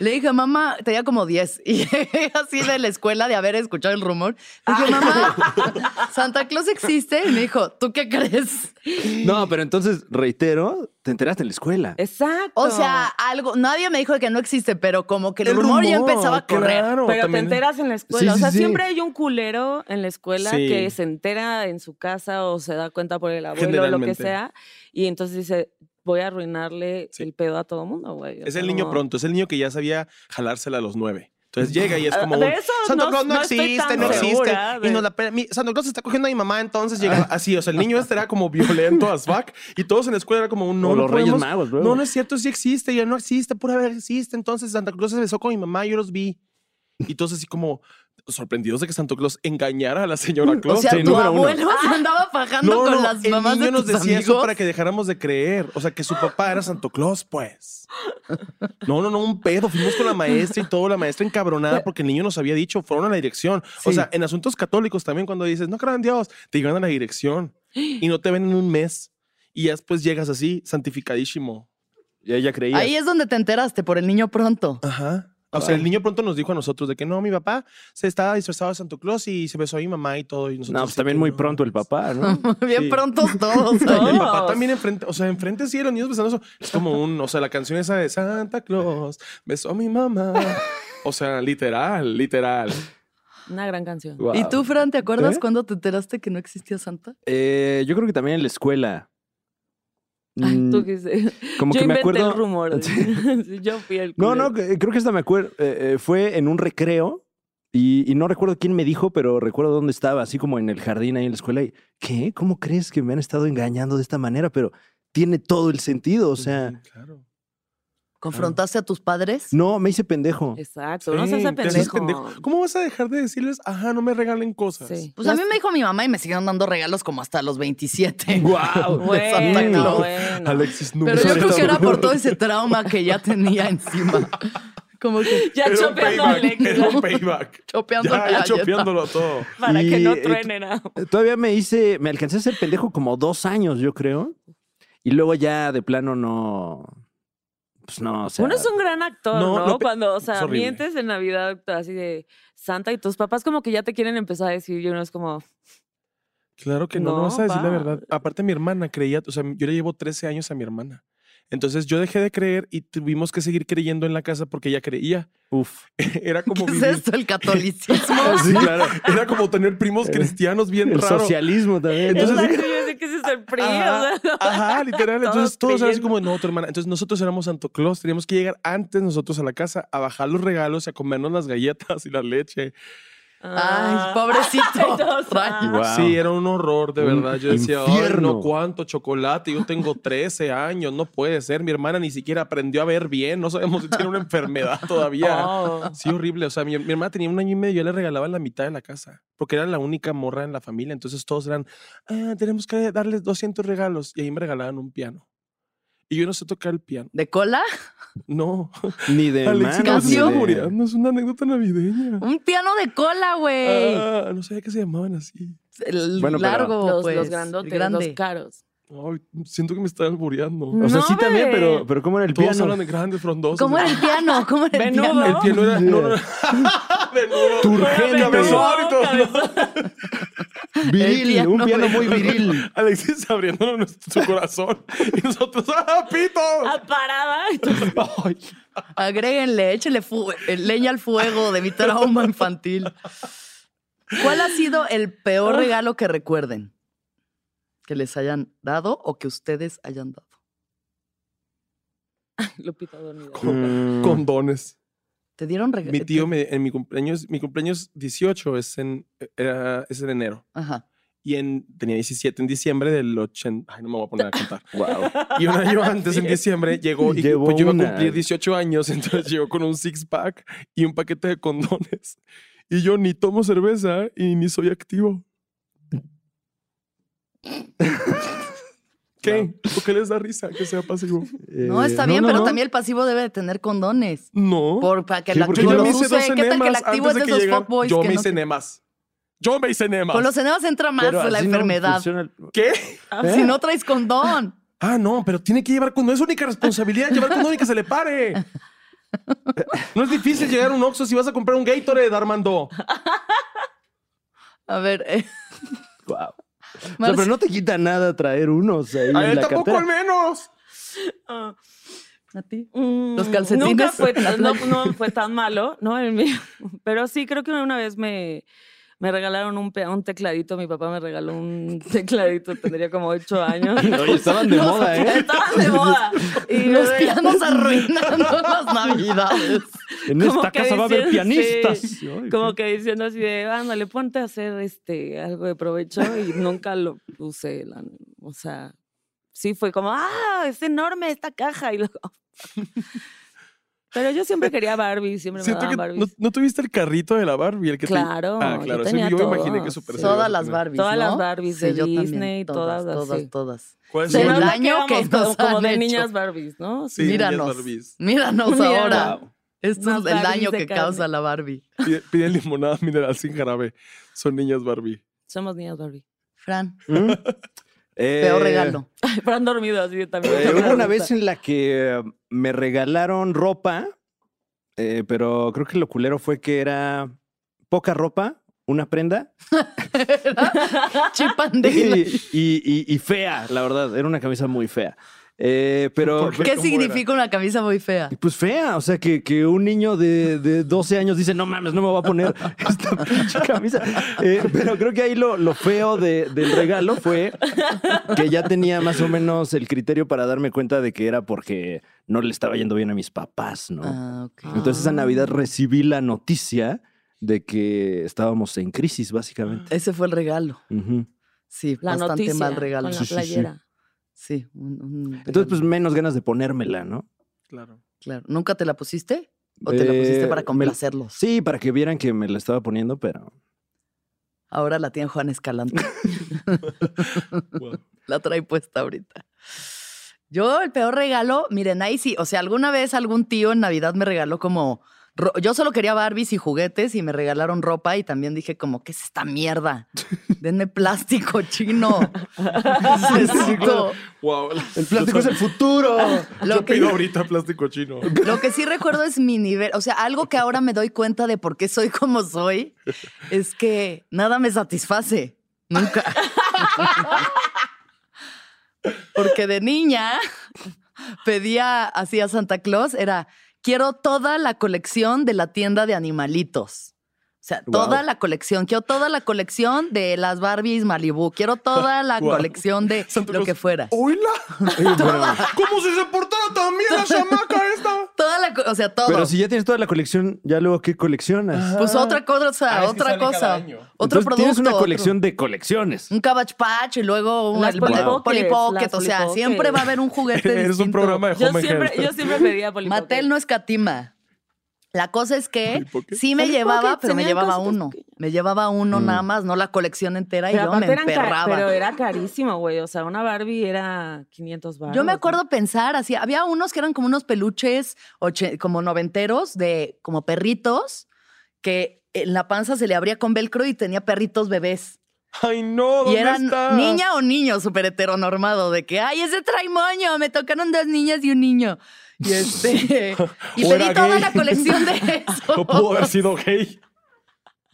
S1: Le dije, mamá, tenía como 10 y llegué así de la escuela de haber escuchado el rumor. Le dije,
S2: Ah.
S1: mamá, Santa Claus existe. Y me dijo, ¿tú qué crees?
S4: No, pero entonces, reitero, te enteraste en la escuela.
S2: Exacto.
S1: O sea, algo, nadie me dijo que no existe, pero como que el,
S3: El
S1: rumor, ya
S3: rumor,
S1: empezaba a correr.
S3: claro,
S2: Pero
S3: también-
S2: te enteras en la escuela.
S4: Sí,
S2: o
S4: sí,
S2: sea,
S4: sí.
S2: siempre hay un culero en la escuela
S3: Sí.
S2: que se entera en su casa o se da cuenta por el abuelo o lo que
S3: Generalmente.
S2: sea. Y entonces dice, voy a arruinarle el pedo a todo mundo, güey. O
S3: Es
S2: sea,
S3: el niño
S2: no.
S3: pronto, es el niño que ya sabía jalársela a los nueve. Entonces llega y es como un,
S2: Ah, De eso
S3: Santo
S2: no-
S3: Claus no,
S2: no estoy
S3: existe,
S2: tan
S3: no existe.
S2: segura
S3: Y
S2: de-
S3: nos la pe- mi- Santo Claus está cogiendo a mi mamá, entonces llega así. O sea, el niño este era como violento as fuck. Y todos en la escuela era como un no.
S4: O
S3: no
S4: los Reyes
S3: podemos-
S4: Magos, luego.
S3: No, no es cierto, sí existe, ya no existe, pura vez existe. Entonces Santa Claus se besó con mi mamá, yo los vi. Y todos así como sorprendidos de que Santo Claus engañara a la señora
S1: O
S3: Claus.
S1: sea,
S4: Sí,
S1: tu
S4: número uno.
S1: abuelo
S2: Ah.
S1: se andaba fajando con las
S3: el
S1: mamás
S3: niño
S1: de
S3: nos
S1: tus
S3: decía eso
S1: amigos.
S3: para que dejáramos de creer. O sea, que su papá era Santo Claus, pues. No, no, no, un pedo. Fuimos con la maestra y todo, la maestra encabronada porque el niño nos había dicho, fueron a la dirección. O
S1: Sí.
S3: sea, en asuntos católicos también cuando dices, no creo en Dios, te llevan a la dirección y no te ven en un mes. Y ya después llegas así, santificadísimo.
S4: Ya, ya creías.
S1: Ahí es donde te enteraste, por el niño pronto.
S3: Ajá. O sea, el niño pronto nos dijo a nosotros de que no, mi papá se estaba disfrazado de Santo Claus y se besó a mi mamá y todo. Y nosotros
S4: No, pues
S3: así
S4: también
S3: que
S4: muy
S3: no.
S4: pronto el papá, ¿no?
S1: Bien
S3: Sí.
S1: prontos todos.
S3: Y el papá
S2: Todos.
S3: también enfrente, o sea, enfrente sí, los niños besando eso. Es como un, o sea, la canción esa de Santa Claus, besó a mi mamá. O sea, literal, literal.
S2: Una gran canción.
S3: Mm.
S4: Guau.
S1: ¿Y tú, Fran, te acuerdas
S4: ¿Eh?
S1: cuando te enteraste que no existía Santa?
S4: Eh, yo creo que también en la escuela.
S2: Ay,
S4: Mm,
S2: tú qué sé.
S4: como
S2: Yo
S4: que me
S2: inventé
S4: acuerdo.
S2: el rumor. Sí, Yo fui el
S4: No,
S2: culero.
S4: no, que- eh, creo que esta me acuerdo. fue en un recreo y, y no recuerdo quién me dijo, pero recuerdo dónde estaba, así como en el jardín ahí en la escuela. Y, ¿Qué? ¿Cómo crees que me han estado engañando de esta manera? Pero tiene todo el sentido. O sea,
S3: claro.
S1: ¿Confrontaste a tus padres?
S4: no, me hice pendejo.
S2: Exacto, no seas
S3: Sí,
S2: ese
S3: te haces
S2: pendejo.
S3: ¿Cómo vas a dejar de decirles, ajá, no me regalen cosas?
S2: Sí.
S1: Pues a mí me dijo mi mamá y me siguieron dando regalos como hasta los 27.
S4: ¡Guau!
S1: de Santa
S2: Bueno,
S1: Claus.
S2: bueno.
S3: Alexis nunca.
S1: Pero yo
S4: Sobre
S1: creo que
S4: todo.
S1: era por todo ese trauma que ya tenía encima. Como que
S2: Ya
S3: Era un
S2: chopeando a
S3: payback,
S2: Alexis.
S3: era un payback.
S1: chopeando
S3: Ya, ya
S1: la galleta.
S3: chopeándolo todo.
S2: Para que
S4: Y,
S2: no
S4: eh,
S2: truenen. ah.
S4: Todavía me hice, me alcancé a ser pendejo como dos años, yo creo. Y luego ya de plano no. Pues no, o sea.
S2: Uno es un gran actor,
S3: no,
S2: ¿no?
S3: lo pe-
S2: Cuando, o sea,
S3: es horrible.
S2: mientes en Navidad así de Santa y tus papás como que ya te quieren empezar a decir y uno es como,
S3: Claro que no, no,
S2: No,
S3: vas a decir la
S2: pa.
S3: verdad. Aparte, mi hermana creía, o sea, yo le llevo 13 años a mi hermana. Entonces yo dejé de creer y tuvimos que seguir creyendo en la casa porque ella creía.
S4: Uf.
S3: Era como
S1: ¿Qué es
S3: vivir-
S1: esto? El catolicismo.
S4: Sí, claro.
S3: Era como tener primos cristianos bien
S4: El
S3: raros.
S4: socialismo también.
S3: Entonces,
S2: Exacto, yo sé que se sorprende.
S3: Ajá, ajá, literal.
S2: Todos
S3: Entonces todos eran así
S2: creyendo.
S3: como, no, tu hermana. Entonces nosotros éramos Santo Claus, teníamos que llegar antes nosotros a la casa a bajar los regalos y a comernos las galletas y la leche.
S2: Ah.
S4: Ah.
S1: Ay, pobrecito.
S2: Entonces,
S1: Ay,
S4: Wow.
S3: Sí, era un horror, de
S4: Un
S3: verdad. Yo decía, "Ay, no,
S4: infierno.
S3: cuánto chocolate. Yo tengo 13 años, no puede ser. Mi hermana ni siquiera aprendió a ver bien. No sabemos si tiene una enfermedad todavía.
S4: Ah.
S2: Oh.
S3: Sí, horrible. O sea, mi, mi hermana tenía un año y medio, yo le regalaba la mitad de la casa, porque era la única morra en la familia. Entonces todos eran, "Ah, tenemos que darles 200 regalos. Y ahí me regalaban un piano. Y yo no sé tocar el piano.
S1: ¿De cola?
S3: No.
S4: Ni de
S3: Alexis, no,
S4: manos, ni
S3: es
S1: Canción.
S3: una
S4: de-
S3: seguridad, no es una anécdota navideña.
S1: Un piano de cola, güey.
S3: Ah, no sabía que se llamaban así.
S1: el
S4: Bueno, pero-
S1: largo,
S2: Los,
S1: pues.
S2: los
S1: el
S2: grandotes,
S1: grande.
S2: los caros.
S3: Ay, siento que me están albureando.
S4: O sea, sí
S2: No,
S4: también,
S2: ve.
S4: pero, pero ¿cómo era el
S3: Todos
S4: piano?
S3: hablan de grandes frondosos.
S1: ¿Cómo era el piano? ¿Cómo era el
S2: Venudo.
S1: piano?
S3: El piano era. No, no, no. Venudo.
S4: Turgente.
S3: Cabezón y todo.
S1: El piano,
S4: un piano
S1: güey.
S4: muy viril.
S3: Alexis abriendo su corazón y nosotros, ¡ah, pito!
S2: Aparada.
S3: Ay,
S1: Agréguenle, échenle fu- eh, leña al fuego de mi trauma infantil. ¿Cuál ha sido el peor regalo que recuerden? Que les hayan dado o que ustedes hayan dado.
S2: Lupita dormida.
S3: Mm. Condones.
S1: ¿Te dieron eh, regalo?
S3: Mi tío me- en mi cumpleaños, mi cumpleaños 18 es en, era- es en enero.
S1: Ajá.
S3: Y en, tenía 17 en diciembre del 80. Ay, no me voy a poner a contar.
S4: Wow.
S3: Y un año antes, en diciembre, llegó y
S4: Llevó
S3: pues, yo iba a
S4: una-
S3: cumplir 18 años, entonces llegó con un six-pack y un paquete de condones. Y yo ni tomo cerveza y ni soy activo. ¿Qué? ¿Por qué les da risa que sea pasivo?
S4: Eh,
S1: No, está bien, pero también el pasivo debe de tener condones.
S3: No.
S1: Por, para que
S4: Sí,
S1: el
S4: porque
S1: activo
S4: yo
S3: yo me
S1: los
S3: hice
S1: use.
S3: dos
S1: ¿Qué tal que el
S3: enemas
S1: activo
S3: antes
S1: es
S3: de
S1: de
S3: que
S1: esos
S3: llegara.
S1: fuckboys?
S3: Yo
S1: que
S3: me
S1: no-
S3: hice enemas. Yo me hice enemas.
S1: Con los enemas entra más la enfermedad.
S3: ¿Qué?
S4: ¿Eh?
S1: si no traes condón.
S3: Ah, no, pero tiene que llevar condón. Es única responsabilidad llevar condón y que se le pare. No es difícil llegar a un Oxxo si vas a comprar un Gatorade, Armando.
S1: A ver, eh,
S4: Wow.
S1: Marce-
S4: pero no te quita nada traer unos ahí
S3: A
S4: en
S3: él
S4: la
S3: tampoco
S4: cartera.
S3: al menos.
S2: Ah.
S1: a ti.
S2: Mm,
S1: Los calcetines
S2: Nunca fue,
S1: en la
S2: tan- no,
S1: playa.
S2: no fue tan malo, ¿no? El mío. Pero sí, creo que una vez me. Me regalaron un, pe- un tecladito, mi papá me regaló un tecladito, tendría como ocho años.
S4: Oye, estaban de moda, ¿eh?
S2: Estaban de moda. Y yo
S1: Los
S2: de-
S1: pianos arruinando las navidades.
S4: En
S2: Como
S4: esta
S2: que
S4: casa va a haber
S2: decían, sí.
S4: pianistas. Ay,
S2: Como
S4: qué-
S2: que diciendo así de, ándale, ponte a hacer este, algo de provecho y nunca lo usé. la- o sea, sí fue como, ah, es enorme esta caja. Y luego... Pero yo siempre quería Barbie, siempre me
S3: Siento
S2: daban
S3: que no,
S2: Barbies.
S3: no tuviste el carrito de la Barbie, el que te-
S2: Claro,
S3: Ah,
S2: yo
S3: claro. sí,
S2: tenía
S3: yo me imaginé
S2: todos,
S3: que super
S2: sí.
S1: Todas las Barbies.
S2: Todas las
S1: ¿no?
S2: Barbies de
S1: yo también,
S2: Disney,
S1: todas,
S2: todas
S1: todas,
S2: así.
S1: todas.
S3: ¿Cuál es
S1: Sí,
S3: el-
S1: la-
S2: nota
S1: daño
S2: éramos
S1: que nos
S2: como, como
S1: han
S2: de
S1: hecho.
S2: niñas Barbies, ¿no?
S3: Sí, niñas
S1: míranos.
S3: Barbies.
S1: Míranos
S2: Mira.
S1: ahora.
S4: Wow.
S1: Esto
S2: Unas
S1: es el daño
S2: Barbies de
S1: que
S2: carne.
S1: causa la Barbie.
S3: Pide- Piden limonada mineral sin jarabe. Son niñas Barbie.
S2: Somos niñas Barbie.
S1: Fran,
S4: ¿Mm?
S1: peor
S4: Eh,
S1: regalo.
S2: Pero han dormido así también.
S4: Eh, hubo una vez en la que eh, me regalaron ropa, eh, pero creo que lo culero fue que era poca ropa, una prenda
S1: Chipandela.
S4: y, y- y fea, la verdad. Era una camisa muy fea. Eh, pero,
S3: ¿Por
S4: pero-
S1: ¿Qué
S3: ¿Cómo
S1: significa una camisa muy fea?
S4: pues fea, o sea, que, que un niño de, de 12 años dice, no mames, no me voy a poner esta pinche camisa. Eh, pero creo que ahí lo, lo feo de- del regalo fue que ya tenía más o menos el criterio para darme cuenta de que era porque no le estaba yendo bien a mis papás, ¿no?
S1: Ah, ok.
S4: Entonces esa
S2: Ah.
S4: Navidad recibí la noticia de que estábamos en crisis, básicamente.
S1: Ese fue el regalo.
S4: Ujú.
S1: Sí,
S2: La
S1: bastante
S2: noticia
S1: mal regalo.
S2: con la
S4: Sí, sí, sí.
S2: playera.
S1: Sí, un, un
S4: Entonces,
S1: regalo,
S4: pues menos ganas de ponérmela, ¿no?
S3: Claro.
S1: claro. ¿Nunca te la pusiste? ¿O te la pusiste
S4: Eh,
S1: para
S4: me-
S1: complacerlos?
S4: Sí, para que vieran que me la estaba poniendo, pero...
S1: Ahora la tiene Juan Escalante.
S3: Wow.
S1: la trae puesta ahorita. Yo, el peor regalo, miren, ahí sí. O sea, alguna vez algún tío en Navidad me regaló como. ro- Yo solo quería Barbies y juguetes y me regalaron ropa y también dije como, ¿qué es esta mierda? Denme plástico chino. Necesito.
S3: Wow.
S4: El plástico es el futuro.
S1: Lo
S3: Yo
S1: que-
S3: pido ahorita plástico chino.
S1: Lo que sí recuerdo es mi nivel, o sea, algo que ahora me doy cuenta de por qué soy como soy, es que nada me satisface, nunca. Porque de niña pedía así a Santa Claus, era, quiero toda la colección de la tienda de animalitos. O sea, toda
S4: Guau.
S1: la colección. Quiero toda la colección de las Barbies Malibu. Quiero toda la
S3: Guau.
S1: colección de
S3: Santa
S1: lo
S3: Claus.
S1: que fuera.
S3: ¡Oíla!
S4: pero,
S3: ¿Cómo si se portara también la chamaca esta?
S1: Toda la, co- o sea, todo.
S4: pero si ya tienes toda la colección, ya luego, ¿qué coleccionas?
S1: Pues otra cosa,
S3: Ah, es que
S1: otra
S3: sale cada
S1: cosa.
S3: año.
S1: Otro
S4: Entonces,
S1: producto.
S4: Tienes una
S1: otro-
S4: colección de colecciones.
S1: Un Cabbage Patch y luego un
S2: Las
S1: el-
S2: Polly
S1: el
S2: Pockets,
S1: Polly Pocket.
S2: las
S1: O
S2: Polly
S1: sea,
S2: Pockets.
S1: siempre va a haber un juguete
S3: Eres un
S1: distinto.
S3: programa de
S2: Yo
S3: Home and
S2: siempre,
S3: Hand.
S2: yo siempre pedía Polly
S1: Mattel
S2: Pocket.
S1: no escatima. La cosa es que
S3: Polly Pocket.
S1: sí me
S2: Polly
S1: llevaba,
S2: Pockets
S1: pero me
S2: tenían
S1: llevaba
S2: cositas
S1: uno.
S2: pequeñas.
S1: Me llevaba uno
S4: Mm.
S1: nada más, no la colección entera y
S2: Pero
S1: yo me
S2: aparte eran ca-
S1: emperraba.
S2: pero era carísimo, güey. O sea, una Barbie era 500 baros.
S1: Yo me acuerdo pensar así, había unos que eran como unos peluches oche- como noventeros de como perritos que en la panza se le abría con velcro y tenía perritos bebés.
S3: Ay, no, ¿dónde
S1: Y eran
S3: está?
S1: niña o niño súper heteronormado, de que, ay, ese trae moño, me tocaron dos niñas y un niño. Y este. y
S3: O
S1: pedí
S3: era
S1: toda
S3: gay.
S1: la colección de eso.
S3: No pudo haber sido gay.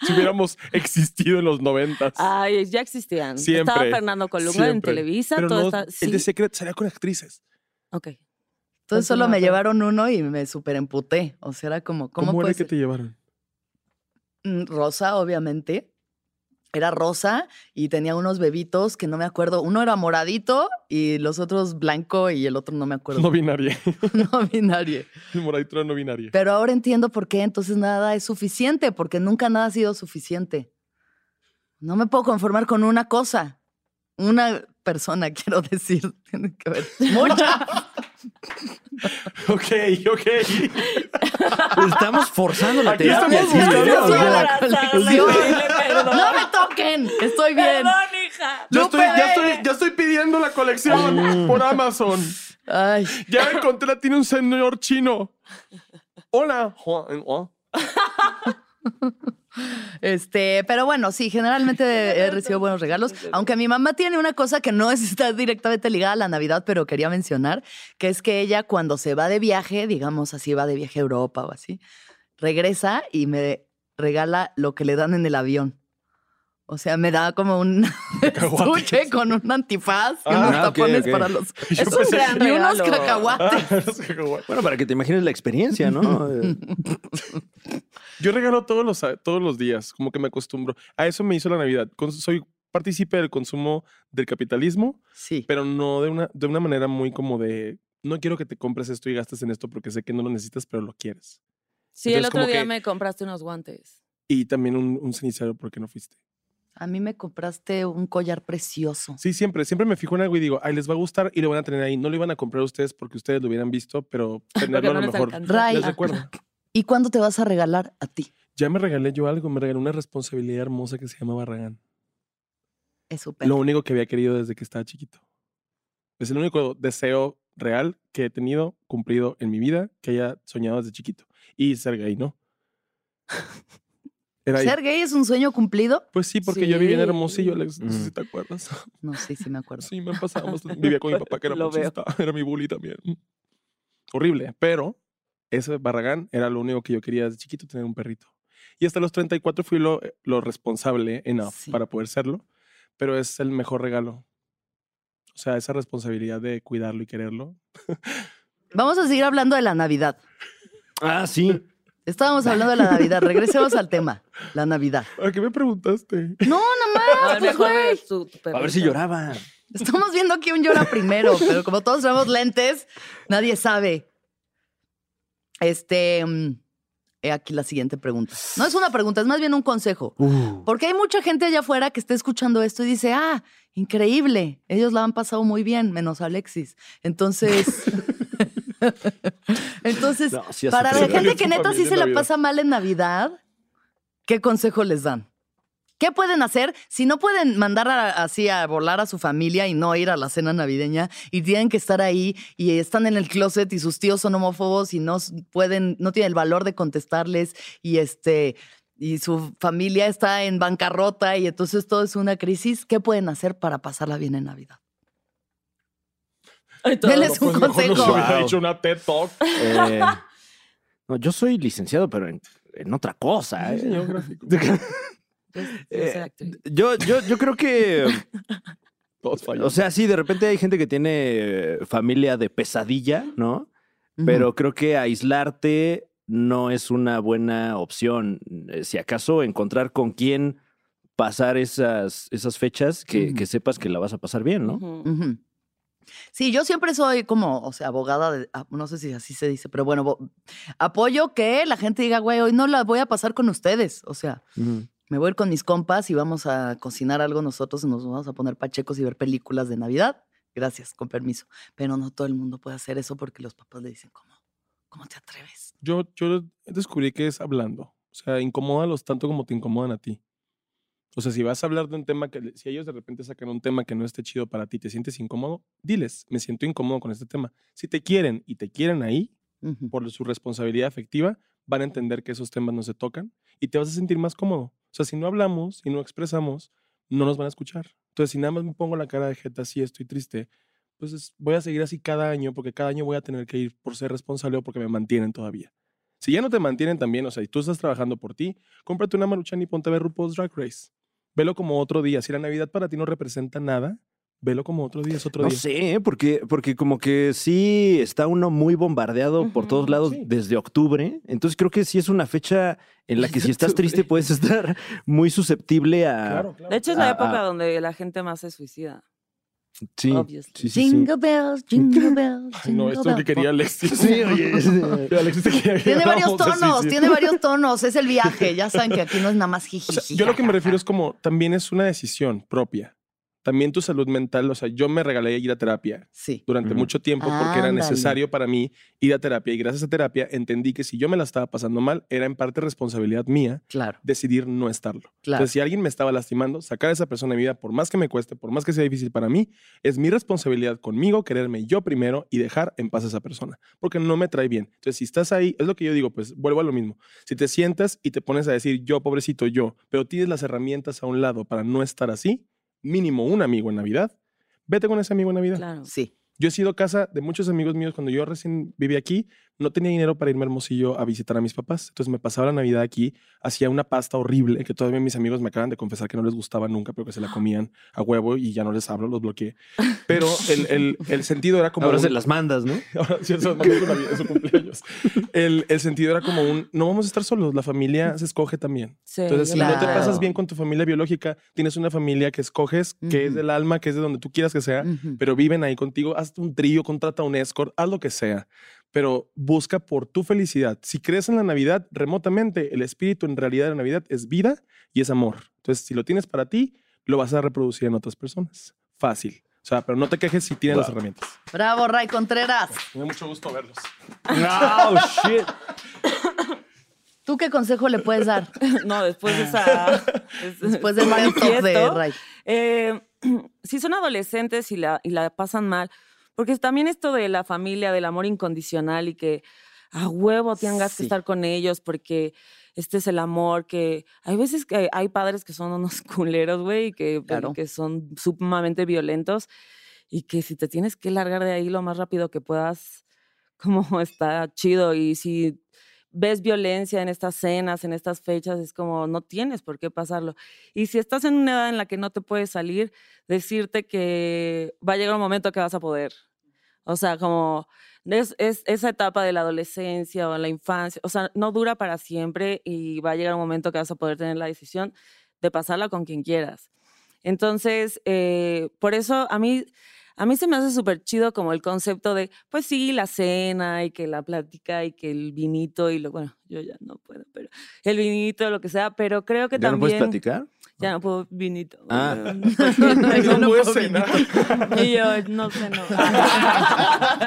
S3: Si hubiéramos existido en los noventas.
S2: Ay, ya existían.
S3: Siempre.
S2: Estaba Fernando Colunga en
S3: Siempre.
S2: Televisa.
S3: Pero
S2: todo
S3: no,
S2: está-
S3: el
S2: sí.
S3: de Secret salía con actrices.
S2: Ok.
S1: Entonces solo
S2: Continúa,
S1: me
S2: Fer.
S1: llevaron uno y me súper emputé. O sea, era como, ¿cómo,
S3: ¿Cómo,
S1: puede
S3: era que
S1: ser?
S3: te llevaron?
S1: Mm, Rosa, obviamente. Era rosa y tenía unos bebitos que no me acuerdo. Uno era moradito y los otros blanco y el otro no me acuerdo.
S3: No binaria.
S1: no vi nadie.
S3: El moradito era no binaria.
S1: Pero ahora entiendo por qué entonces nada es suficiente, porque nunca nada ha sido suficiente. No me puedo conformar con una cosa. Una persona, quiero decir, tiene que ver. Mucha.
S3: Ok, ok.
S4: Estamos forzando la
S3: Aquí estamos
S4: terapia. sí,
S3: buscando
S4: ¿no? O
S1: Sí,
S4: sea,
S1: la- colección.
S2: Perdón,
S1: No me toquen, estoy bien.
S2: Perdón, hija.
S3: Yo
S1: Lupe
S3: estoy, ya,
S1: Vélez.
S3: estoy, ya estoy pidiendo la colección por Amazon.
S1: Ay,
S3: Ya encontré, la tiene un señor chino. Hola.
S1: este, pero bueno, sí, generalmente he recibido buenos regalos, aunque mi mamá tiene una cosa que no es- está directamente ligada a la Navidad, pero quería mencionar, que es que ella cuando se va de viaje, digamos así, va de viaje a Europa o así, regresa y me regala lo que le dan en el avión. O sea, me da como un
S3: Cacahuates.
S1: estuche con un antifaz y
S3: Ah,
S1: unos
S4: ah, ok,
S1: tapones
S4: ok.
S1: para los.
S3: Yo
S1: es un
S3: pensé
S1: gran
S2: que-
S1: y unos
S2: regalo.
S3: Ah,
S1: cacahuates.
S4: Bueno, para que te imagines la experiencia, ¿no? Eh,
S3: Yo regalo todos los, todos los días, como que me acostumbro. A eso me hizo la Navidad. Con- soy partícipe del consumo del capitalismo,
S1: Sí.
S3: pero no de una, de una manera muy como de, no quiero que te compres esto y gastes en esto porque sé que no lo necesitas, pero lo quieres.
S2: Sí, el
S3: Entonces,
S2: otro
S3: como
S2: día
S3: que-
S2: me compraste unos guantes.
S3: Y también un, un cenicero porque no fuiste.
S1: A mí me compraste un collar precioso.
S3: Sí, siempre, siempre me fijo en algo y digo, ay, les va a gustar y lo van a tener ahí. No lo iban a comprar ustedes porque ustedes lo hubieran visto, pero
S2: Porque
S3: tenerlo
S2: no
S3: a lo
S2: les
S3: mejor.
S2: alcanzó.
S1: Ray.
S3: Les
S1: Ah.
S3: recuerdo.
S1: ¿Y cuándo te vas a regalar a ti?
S3: Ya me regalé yo algo, me regalé una responsabilidad hermosa que se llama Barragán.
S1: Es súper.
S3: Lo único que había querido desde que estaba chiquito. Es el único deseo real que he tenido cumplido en mi vida, que haya soñado desde chiquito. Y ser gay, ¿no? Era ahí.
S1: ¿Ser gay es un sueño cumplido?
S3: Pues sí, porque yo vivía en
S2: Sí.
S3: Hermosillo, Alex. No sé
S4: Mm.
S3: si te acuerdas.
S1: No sé si me acuerdo.
S3: Sí, me pasaba. bastante. Vivía con mi papá, que era
S2: Lo veo.
S3: machista. Era mi bully también. Horrible. Pero ese Barragán era lo único que yo quería desde chiquito, tener un perrito. Y hasta los 34 fui lo, eh, lo responsable enough
S1: Sí.
S3: para poder serlo. Pero es el mejor regalo. O sea, esa responsabilidad de cuidarlo y quererlo.
S1: Vamos a seguir hablando de la Navidad.
S4: Ah, sí.
S1: Estábamos hablando de la Navidad. Regresemos al tema. La Navidad.
S3: ¿A qué me preguntaste?
S1: No, nada más.
S2: A ver,
S1: pues,
S2: mejor
S1: güey.
S2: de su
S4: A ver si
S2: perrito.
S4: lloraba.
S1: Estamos viendo que un llora primero, pero como todos llevamos lentes, nadie sabe. Este, mm, he aquí la siguiente pregunta. No es una pregunta, es más bien un consejo.
S4: Uh,
S1: Porque hay mucha gente allá afuera que está escuchando esto y dice, ah, increíble, ellos la han pasado muy bien, menos Alexis. Entonces, entonces,
S4: No, sí hace
S1: Pues, para la
S4: frío.
S1: gente que
S3: Su
S1: neta sí
S3: familia en
S1: se la
S3: Navidad.
S1: pasa mal en Navidad, ¿qué consejo les dan? ¿Qué pueden hacer si no pueden mandar a- así a volar a su familia y no ir a la cena navideña y tienen que estar ahí y están en el closet y sus tíos son homófobos y no s- pueden, no tienen el valor de contestarles y este y su familia está en bancarrota y entonces todo es una crisis? ¿Qué pueden hacer para pasarla bien en Navidad?
S2: Ay, todo.
S1: Denles un
S3: pues, mejor nos
S1: consejo.
S3: hubiera
S4: Wow.
S3: dicho una TED Talk.
S4: Eh, no, yo soy licenciado, pero en, en otra cosa.
S3: Ay,
S4: eh.
S3: señor gráfico.
S2: Yo- yo soy
S4: Eh,
S2: actriz.
S4: Yo, yo, yo creo que,
S3: Todos fallamos.
S4: o sea, sí, de repente hay gente que tiene eh, familia de pesadilla, ¿no? Pero creo que aislarte no es una buena opción. Eh, Si acaso encontrar con quién pasar esas, esas fechas que,
S1: Ujú.
S4: que sepas que la vas a pasar bien, ¿no?
S2: Ujú.
S1: Ujú. Sí, yo siempre soy como, o sea, abogada de, ah, no sé si así se dice, pero bueno, bo- apoyo que la gente diga, güey, hoy no la voy a pasar con ustedes. O sea, me voy a ir con mis compas y vamos a cocinar algo nosotros, nos vamos a poner pachecos y ver películas de Navidad. Gracias, con permiso. Pero no todo el mundo puede hacer eso porque los papás le dicen, ¿cómo, cómo te atreves?
S3: Yo, yo descubrí que es hablando. O sea, incomódalos tanto como te incomodan a ti. O sea, si vas a hablar de un tema que, le- si ellos de repente sacan un tema que no esté chido para ti, te sientes incómodo, diles, me siento incómodo con este tema. Si te quieren y te quieren ahí,
S1: Ujú.
S3: por su responsabilidad afectiva, van a entender que esos temas no se tocan y te vas a sentir más cómodo. O sea, si no hablamos y no expresamos, no nos van a escuchar. Entonces, si nada más me pongo la cara de jeta así, estoy triste, pues es- voy a seguir así cada año porque cada año voy a tener que ir por ser responsable o porque me mantienen todavía. Si ya no te mantienen también, o sea, y tú estás trabajando por ti, cómprate una maruchan y ponte a ver RuPaul's Drag Race. Velo como otro día. Si la Navidad para ti no representa nada, velo como otro día, es otro
S4: No
S3: día.
S4: sé, ¿eh? porque, porque como que sí está uno muy bombardeado por todos
S2: Ujú,
S4: lados
S3: sí.
S4: desde octubre. Entonces creo que sí es una fecha en la que si estás triste puedes estar muy susceptible a...
S3: Claro, claro.
S2: De hecho, es la
S4: Ah,
S2: época
S4: ah.
S2: donde la gente más se suicida.
S4: Sí,
S2: Obviously.
S4: sí, sí, sí.
S1: Jingle bells, jingle bells,
S3: Ay, no,
S1: jingle
S3: esto es lo que
S1: bells.
S3: quería Alexis.
S4: Sí, oye.
S3: Alexis te quería que
S1: Tiene varios
S3: habláramos de
S1: tonos,
S3: suicidio.
S1: tiene varios tonos. Es el viaje. Ya saben que aquí no es nada más
S3: O
S1: jiji.
S3: sea, yo lo que me refiero es como también es una decisión propia. También tu salud mental, o sea, yo me regalé ir a terapia
S1: Sí.
S3: durante
S4: Ujú.
S3: mucho tiempo porque era
S1: Ándale.
S3: necesario para mí ir a terapia y gracias a terapia entendí que si yo me la estaba pasando mal era en parte responsabilidad mía
S1: Claro,
S3: decidir no estarlo.
S1: claro.
S3: Entonces, si alguien me estaba lastimando, sacar a esa persona de mi vida, por más que me cueste, por más que sea difícil para mí, es mi responsabilidad conmigo, quererme yo primero y dejar en paz a esa persona, porque no me trae bien. Entonces, si estás ahí, es lo que yo digo, pues vuelvo a lo mismo. Si te sientas y te pones a decir, yo, pobrecito, yo, pero tienes las herramientas a un lado para no estar así, mínimo un amigo en Navidad, vete con ese amigo en Navidad.
S2: Claro.
S1: Sí.
S3: Yo he sido casa de muchos amigos míos cuando yo recién viví aquí. no tenía dinero para irme a Hermosillo a visitar a mis papás. Entonces me pasaba la Navidad aquí, hacía una pasta horrible que todavía mis amigos me acaban de confesar que no les gustaba nunca, pero que se la comían a huevo y ya no les hablo, los bloqueé. Pero el, el- el sentido era como...
S4: Ahora se
S3: un-
S4: las mandas, ¿no?
S3: Ahora sí, eso es más bien una vida, es su cumpleaños. El, el sentido era como un, no vamos a estar solos, la familia se escoge también.
S2: Sí,
S3: Entonces, si no te
S1: claro.
S3: pasas bien con tu familia biológica, tienes una familia que escoges, que es
S1: Ujú.
S3: del alma, que es de donde tú quieras que sea,
S1: Ujú.
S3: pero viven ahí contigo, haz un trío, contrata un escort, haz lo que sea, pero busca por tu felicidad. Si crees en la Navidad remotamente, el espíritu en realidad de la Navidad es vida y es amor. Entonces, si lo tienes para ti, lo vas a reproducir en otras personas. Fácil. O sea, pero no te quejes si tienes las
S4: Wow.
S3: herramientas.
S1: Bravo, Ray Contreras.
S3: Me da mucho gusto verlos.
S4: No, shit.
S1: ¿Tú qué consejo le puedes dar
S2: No, después de esa.
S1: Ah. después del
S2: manifiesto,
S1: manifiesto de Ray?
S2: Eh, si son adolescentes y la, y la pasan mal, porque también esto de la familia, del amor incondicional y que a huevo tengas
S1: Sí.
S2: que estar con ellos porque este es el amor que hay veces que hay padres que son unos culeros, güey, y que, y
S1: Claro.
S2: que son sumamente violentos y que si te tienes que largar de ahí lo más rápido que puedas, como está chido y si ves violencia en estas cenas, en estas fechas, es como no tienes por qué pasarlo. Y si estás en una edad en la que no te puedes salir, decirte que va a llegar un momento que vas a poder. O sea, como es, es esa etapa de la adolescencia o la infancia, o sea, no dura para siempre y va a llegar un momento que vas a poder tener la decisión de pasarla con quien quieras. Entonces, eh, por eso a mí, a mí se me hace súper chido como el concepto de, pues sí, la cena y que la plática y que el vinito y lo, bueno, yo ya no puedo, pero el vinito, lo que sea, pero creo que
S4: ¿Ya no puedes
S2: también...
S4: platicar?
S2: Ya no puedo vinito.
S4: Ah.
S2: eh, pues,
S1: Yo no puedo
S2: y yo, no sé, no.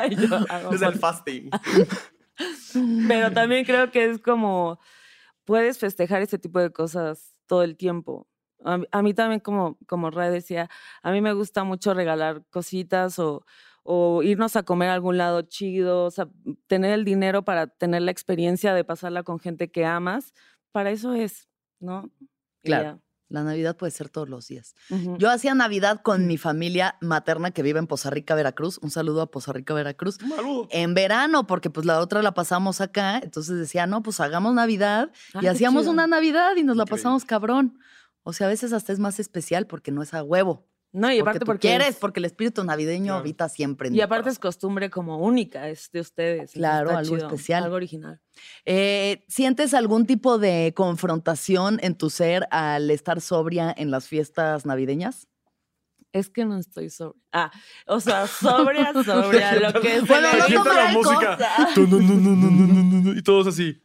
S2: Y yo hago por-
S3: fasting.
S2: Pero también creo que es como, puedes festejar este tipo de cosas todo el tiempo. A, mí- a mí también, como, como Ray decía, a mí me gusta mucho regalar cositas o, o irnos a comer a algún lado chido, o sea, tener el dinero para tener la experiencia de pasarla con gente que amas, para eso es, ¿no? Y
S1: Claro. La Navidad puede ser todos los días.
S2: ya. Ujú.
S1: Yo hacía Navidad con mi familia materna que vive en Poza Rica, Veracruz. Un saludo a Poza Rica, Veracruz. En verano, porque pues la otra la pasamos acá. Entonces decía, no, pues hagamos Navidad. y
S2: Ah, qué
S1: hacíamos
S2: chido.
S1: una Navidad y nos la
S3: Increíble.
S1: pasamos cabrón. O sea, a veces hasta es más especial porque no es a huevo.
S2: No, y
S1: porque
S2: aparte
S1: tú
S2: porque
S1: quieres, porque el espíritu navideño
S3: Claro.
S1: habita siempre en
S2: Y
S1: mi
S2: aparte es
S1: corazón.
S2: costumbre como única, es de ustedes. entonces
S1: Claro,
S2: está
S1: algo
S2: chido,
S1: especial.
S2: Algo original.
S1: Eh, ¿Sientes algún tipo de confrontación en tu ser al estar sobria en las fiestas navideñas?
S2: Es que no estoy sobre. Ah, o sea, sobria, sobria, lo que se
S1: Bueno,
S2: le-
S1: no
S3: Aquí entra
S1: tomar
S3: la música.
S1: cosa.
S3: Tu, nu, nu, nu, nu, nu, nu, nu, nu, Y todos así.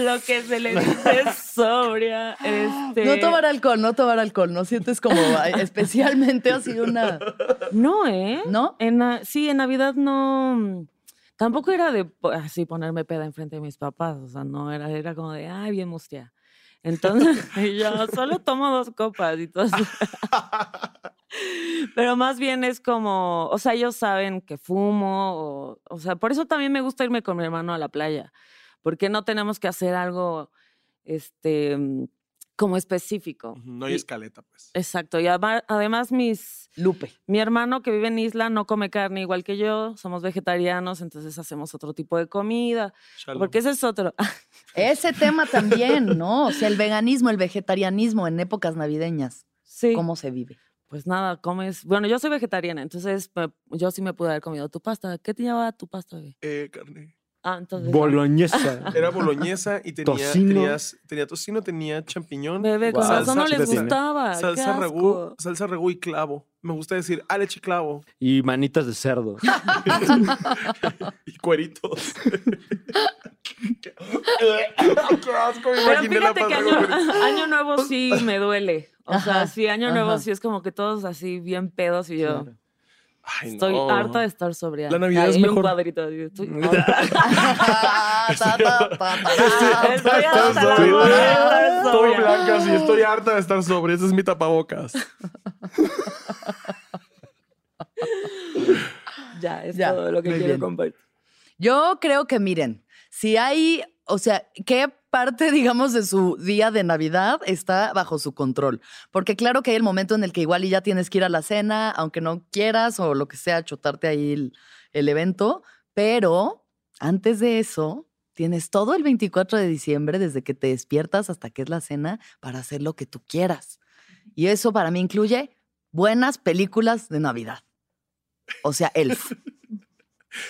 S2: lo que se le dice es sobria. Este...
S1: No tomar alcohol, no tomar alcohol. ¿No sientes como ay, especialmente así una...?
S2: No, ¿eh?
S1: ¿No?
S2: En, na- sí, en Navidad no. mm, Tampoco era de po- así ponerme peda enfrente de mis papás. O sea, no, era, era como de, ay, bien mustia. Entonces, y yo solo tomo dos copas y todo. eso. Pero más bien es como, o sea, ellos saben que fumo, o, o sea, por eso también me gusta irme con mi hermano a la playa, porque no tenemos que hacer algo, este, mm, como específico.
S3: No hay
S2: Y- Eh,
S3: escaleta, pues.
S2: Exacto, y ama- además mis,
S1: Lupe.
S2: mi hermano que vive en Isla no come carne igual que yo, somos vegetarianos, entonces hacemos otro tipo de comida,
S3: Shalom.
S2: porque ese es otro.
S1: Ese tema también, ¿no? O sea, el veganismo, el vegetarianismo en épocas navideñas.
S2: sí.
S1: ¿Cómo se vive?
S2: Pues nada, comes. Bueno, yo soy vegetariana, entonces me- yo sí me pude haber comido tu pasta. ¿Qué te llevaba tu pasta, bebé?
S3: Eh, carne.
S2: Ah, entonces.
S4: Boloñesa.
S3: Era boloñesa y tenía
S4: Tocino.
S3: tenías- tenía tocino, tenía champiñón.
S2: Bebé, con
S4: Wow.
S2: razón no
S4: Salsa
S2: les
S4: chiltepín.
S2: gustaba. qué
S3: Salsa
S2: asco.
S3: ragú, salsa ragú y clavo. Me gusta decir, ah, leche y clavo
S4: Y manitas de cerdo.
S3: y cueritos. Qué asco, me
S2: Pero
S3: imaginé la
S2: fíjate que
S3: pasta
S2: año,
S3: con cueritos.
S2: Año nuevo sí me duele. O
S1: Ajá,
S2: sea, sí, año nuevo
S1: ajá.
S2: sí es como que todos así bien pedos y yo
S3: Ay,
S2: estoy
S3: no.
S2: harta de estar sobria.
S3: La Navidad es
S2: Ahí
S3: mejor.
S2: un cuadrito. así, estoy
S1: Estoy
S2: Ah, Estoy hasta la
S3: Estoy-
S2: madre de estar
S3: Todo
S2: sobria.
S3: blanca, sí, estoy harta de estar sobre. Ese es mi tapabocas.
S2: Ya, es
S1: Ya,
S2: todo lo que
S1: muy
S2: quiero
S1: bien.
S2: compartir.
S1: Yo creo que miren, si hay, o sea, ¿qué parte, digamos, de su día de Navidad está bajo su control? Porque claro que hay el momento en el que igual y ya tienes que ir a la cena, aunque no quieras o lo que sea, chutarte ahí el, el evento, pero Antes de eso, tienes todo el 24 de diciembre, desde que te despiertas hasta que es la cena, para hacer lo que tú quieras. Y eso para mí incluye buenas películas de Navidad. O sea, Elf.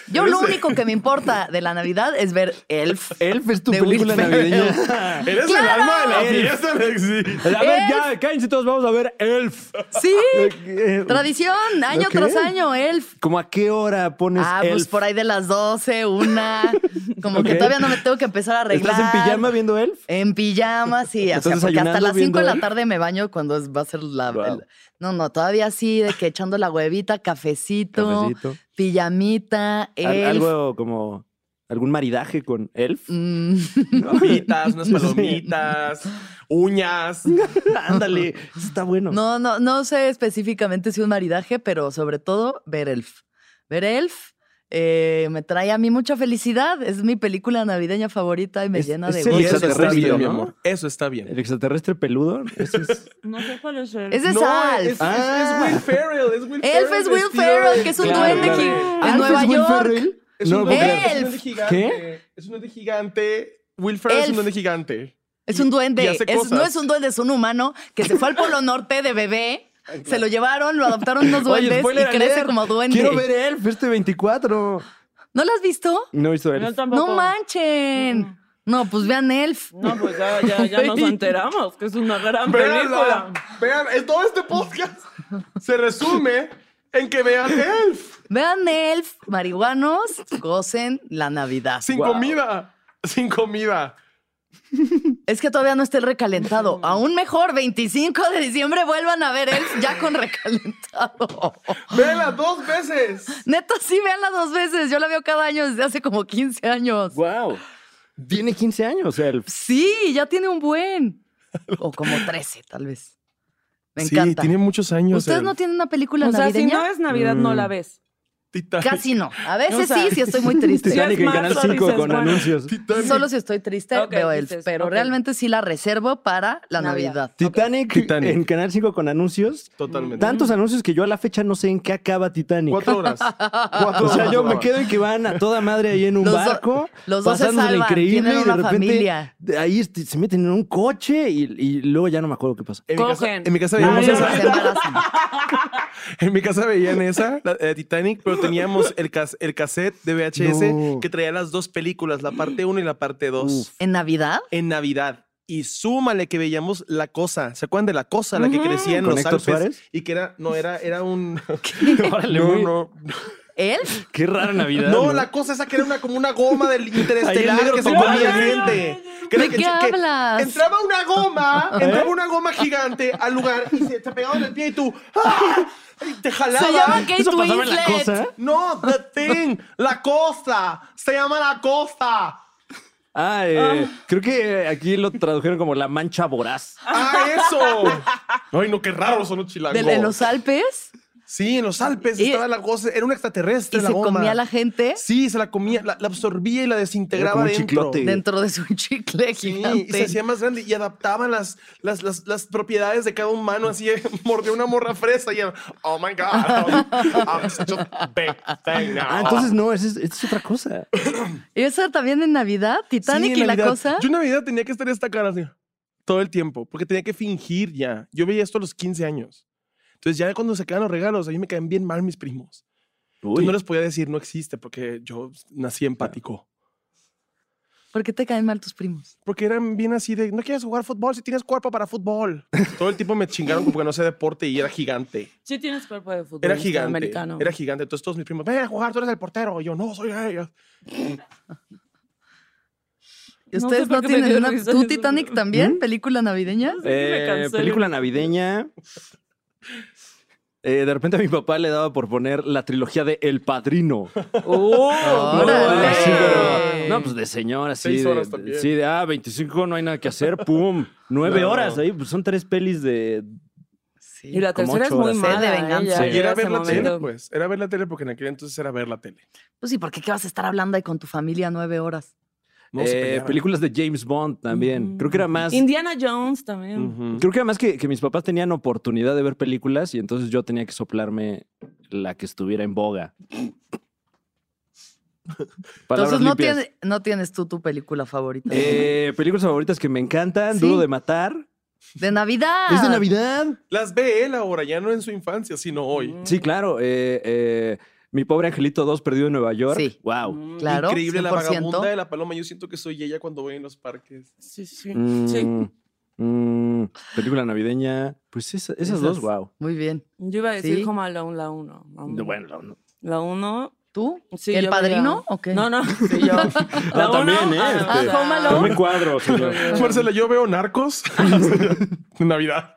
S1: Yo lo único que me importa de la Navidad es ver Elf.
S4: Elf es tu
S1: De
S4: película
S1: Will Ferrell.
S4: navideña.
S3: Eres el
S1: ¡Claro!
S3: alma de la
S4: Eres.
S3: fiesta, Lexi.
S4: A ver, ya, cállense todos, vamos a ver Elf.
S1: Sí,
S4: Eh,
S1: tradición, año
S4: Ok.
S1: tras año, Elf.
S4: ¿Cómo a qué hora pones
S1: Ah,
S4: Elf?
S1: pues por ahí de las 12, una. Como que
S4: Ok.
S1: todavía no me tengo que empezar a arreglar.
S4: ¿Estás en pijama viendo Elf?
S1: En pijama, sí. O sea,
S4: ¿Estás
S1: porque hasta
S4: desayunando
S1: las 5 de
S4: viendo
S1: la
S4: Elf?
S1: tarde me baño cuando es- va a ser la.
S4: Wow.
S1: el- no, no, todavía así, de que echando la huevita, cafecito,
S4: Cafecito.
S1: pijamita,
S4: Al-
S1: elf.
S4: Algo como algún maridaje con Elf.
S1: Mm,
S3: Papitas, unas palomitas, uñas.
S4: Ándale, eso está bueno.
S1: no, no, no sé específicamente si un maridaje, pero sobre todo ver elf. Ver elf. eh, me trae a mí mucha felicidad. Es mi película navideña favorita y me
S4: Es-
S1: llena
S4: es
S1: de
S4: el
S3: Y
S1: gozo.
S3: eso está
S4: extraterrestre,
S3: bien,
S4: ¿no?
S3: mi amor. Eso está bien.
S4: El extraterrestre peludo. ese es-
S2: No sé cuál es el.
S1: Es de
S3: No,
S1: Alf.
S3: Es,
S4: Ah.
S3: es Will Ferrell, es Will
S1: Elf
S3: Ferrell
S1: es Will
S3: vestido
S1: Ferrell,
S3: de-
S1: que es un
S4: Claro,
S1: duende
S4: claro.
S1: gi-
S4: Alf
S1: en
S4: es
S1: Nueva
S4: Will
S1: York.
S4: Ferrell.
S3: Es
S4: No,
S3: un
S4: porque-
S3: duende, es un
S1: Elf.
S3: duende gigante.
S4: ¿Qué?
S3: Es un duende gigante. Will Ferrell es
S1: Elf.
S3: un duende gigante.
S1: Es un
S3: y
S1: duende.
S3: hace
S1: es- no
S3: cosas.
S1: es un duende, es un humano que se fue al Polo Norte de bebé. Se lo llevaron, lo adoptaron unos
S4: Oye,
S1: duendes
S4: spoiler
S1: y crece
S4: alert.
S1: como duende.
S4: Quiero ver Elf este 24.
S1: ¿No lo has visto?
S4: No he visto Elf.
S2: No, tampoco.
S1: No manchen.
S2: Mm.
S1: No, pues vean Elf.
S2: No, pues ya, ya, ya nos enteramos que es una gran
S3: Vean,
S2: película.
S3: vean, es- todo este podcast se resume en que vean Elf
S1: Vean Elf, marihuanos, gocen la Navidad.
S3: sin
S4: Wow.
S3: comida. Sin comida.
S1: Es que todavía no está el recalentado. Aún mejor, 25 de diciembre vuelvan a ver Elf ya con recalentado.
S3: Vela dos veces.
S1: Neta, sí, veanla dos veces. Yo la veo cada año desde hace como 15 años.
S4: Wow. Tiene 15 años Elf.
S1: Sí, ya tiene un buen. O como 13, tal vez. Me
S3: Sí,
S1: encanta.
S3: tiene muchos años.
S1: ¿Ustedes
S3: el
S1: no tienen una película
S2: O sea, si
S1: navideña?
S2: no es Navidad, no la
S4: Mm.
S2: ves.
S3: Titanic.
S1: Casi no. A veces
S2: O sea,
S1: sí, si estoy muy triste.
S2: Sí, es
S4: Titanic en
S2: más,
S4: Canal
S2: lo
S4: 5
S2: dices,
S4: con
S2: bueno.
S4: anuncios.
S3: Titanic.
S1: Solo si estoy triste
S2: Ok,
S1: veo
S2: dices,
S1: Elf, pero
S2: ok.
S1: realmente sí la reservo para la
S2: Navidad.
S1: Navidad.
S4: Titanic,
S3: Titanic.
S4: en Canal 5 con anuncios.
S3: Totalmente.
S4: Tantos anuncios que yo a la fecha no sé en qué acaba Titanic.
S3: Cuatro horas. Cuatro
S4: O sea,
S3: horas
S4: yo me
S3: duraba.
S4: quedo en que van a toda madre ahí en un
S1: Los do-
S4: barco.
S1: los dos se
S4: pasándosela
S1: salvan,
S4: increíble
S1: tienen
S4: y de
S1: una
S4: repente
S1: familia.
S4: de ahí este, se meten en un coche y, y luego ya no me acuerdo qué pasa.
S3: En mi casa,
S2: Cogen.
S3: en mi casa
S2: Ay,
S3: veíamos
S2: ay,
S3: esa.
S1: Se embarazan.
S3: En mi casa veían esa, la, eh, Titanic, pero teníamos el, cas- el cassette de VHS
S4: No.
S3: que traía las dos películas, la parte 1 y la parte
S4: Uf.
S3: 2,
S1: ¿En Navidad?
S3: en Navidad. Y súmale que veíamos La Cosa. ¿Se acuerdan de La Cosa? La que crecía en
S4: ¿Con
S3: los
S4: Héctor
S3: Alpes.
S4: Suárez?
S3: Y que era, no, era, era un...
S4: Órale,
S3: no,
S4: güey.
S3: no.
S1: ¿Elf?
S4: Qué rara Navidad.
S3: No, La Cosa esa que era una, como una goma del
S4: Ahí el
S3: interestelar
S4: negro
S3: que se
S4: tomando.
S3: comía
S2: Ay, ay,
S3: gente. Que era
S1: ¿De
S3: que-
S1: qué
S3: que
S1: hablas?
S3: Entraba una goma,
S4: ¿Eh?
S3: entraba una goma gigante al lugar y se te pegaba en el pie y tú... ¡ah! Y te jalaba.
S1: Se llama Kate
S4: ¿Eso pasaba en la
S1: Winslet.
S4: cosa?
S3: No, the thing, la cosa, se llama la cosa.
S4: Ah, eh, creo que aquí lo tradujeron como la mancha voraz.
S3: Ah, eso. Ay, no, qué raro son los
S1: ¿De,
S3: chilangos.
S1: de los Alpes?
S3: Sí, en los Alpes
S1: Y-
S3: estaba la cosa, era un extraterrestre
S1: ¿Y
S3: la
S1: se
S3: goma.
S1: comía a la gente
S3: Sí, se la comía, la, la absorbía y la
S4: Era
S3: desintegraba
S4: como un
S3: dentro.
S4: chiclote.
S1: dentro de su chicle
S3: Sí,
S1: gigante?
S3: y se hacía más grande y adaptaban las, las, las, las propiedades de cada humano. Así eh, mordió una morra fresa y era, oh my God, I'm, I'm such a big thing now.
S4: Ah, entonces no, esa es, esa es otra cosa.
S1: ¿Y eso también en Navidad? ¿Titanic
S3: Sí, en
S1: y
S3: Navidad.
S1: la cosa?
S3: Yo en Navidad tenía que estar esta cara así todo el tiempo, porque tenía que fingir ya. Yo veía esto a los 15 años. Entonces ya cuando se quedan los regalos, a mí me caen bien mal mis primos. Entonces,
S4: Uy.
S3: no les podía decir no existe porque yo nací empático.
S1: ¿Por qué te caen mal tus primos?
S3: Porque eran bien así de, no quieres jugar fútbol si tienes cuerpo para fútbol. Todo el tiempo me chingaron porque no sé deporte y era gigante.
S2: Sí tienes cuerpo de fútbol.
S3: Era gigante.
S2: Americano.
S3: Era gigante. Entonces todos mis primos, ven a jugar, tú eres el portero. Y yo, no, soy ellos.
S1: ¿Y
S2: No
S1: ustedes
S2: sé
S1: no
S2: por qué me dio
S1: tienen una...
S2: risa
S1: ¿Tú
S2: eso.
S1: Titanic también? ¿Película navideña?
S2: Sí, me
S4: Eh,
S2: cansé.
S4: película navideña. Eh, de repente a mi papá le daba por poner la trilogía de El Padrino.
S2: ¡Oh!
S4: No,
S1: ¡Órale!
S4: así de- Ah, no, pues de señor, así
S3: Seis
S4: de,
S3: horas también.
S4: sí, de, ah, 25 no hay nada que hacer, pum, nueve
S3: No.
S4: horas ahí, pues son tres pelis de...
S1: Sí.
S2: Y la
S4: Como
S2: tercera es
S4: ocho
S2: muy
S4: horas.
S1: Sí, de
S2: mala.
S1: venganza.
S2: ella,
S1: Sí.
S2: ya
S3: Y era
S2: ese
S3: ver la
S2: momento.
S3: tele, pues. Era ver la tele porque en aquel entonces era ver la tele.
S1: Pues sí, porque ¿qué vas a estar hablando ahí con tu familia nueve horas?
S3: No se
S4: eh,
S3: peleaban.
S4: películas de James Bond también.
S1: Mm.
S4: Creo que era más...
S2: Indiana Jones también.
S3: Ujú.
S4: Creo que además que, que mis papás tenían oportunidad de ver películas y entonces yo tenía que soplarme la que estuviera en boga. Palabras
S1: Entonces no,
S4: limpias.
S1: tienes- no tienes tú tu película favorita.
S4: Eh, películas favoritas que me encantan,
S1: Sí.
S4: Duro de Matar.
S1: De Navidad.
S4: ¿Es de Navidad?
S3: Las ve él ahora, ya no en su infancia, sino hoy.
S2: Mm,
S4: Sí, claro. eh, eh, Mi pobre angelito 2 perdido en Nueva York.
S1: Sí.
S4: Wow.
S1: Claro,
S3: Increíble la
S1: 100%.
S3: vagabunda de la paloma. Yo siento que soy ella cuando voy en los parques.
S2: Sí, sí. Sí.
S4: Mm, película navideña. Pues esa- esas,
S1: Esas.
S4: dos, wow.
S1: Muy bien.
S2: Yo iba a decir
S1: Sí.
S2: como a la 1, la 1.
S4: Bueno, la-
S2: La 1.
S1: ¿Tú?
S2: Sí,
S1: ¿El
S2: yo
S1: padrino
S2: veía-
S1: o qué?
S2: No, no, sí, yo. La
S4: Ah, también,
S2: uno,
S4: ¿eh?
S2: ah,
S4: Este,
S2: o sea,
S1: Home Alone.
S4: no me cuadro, señor.
S2: Ah.
S3: Marcela, yo veo narcos. Navidad.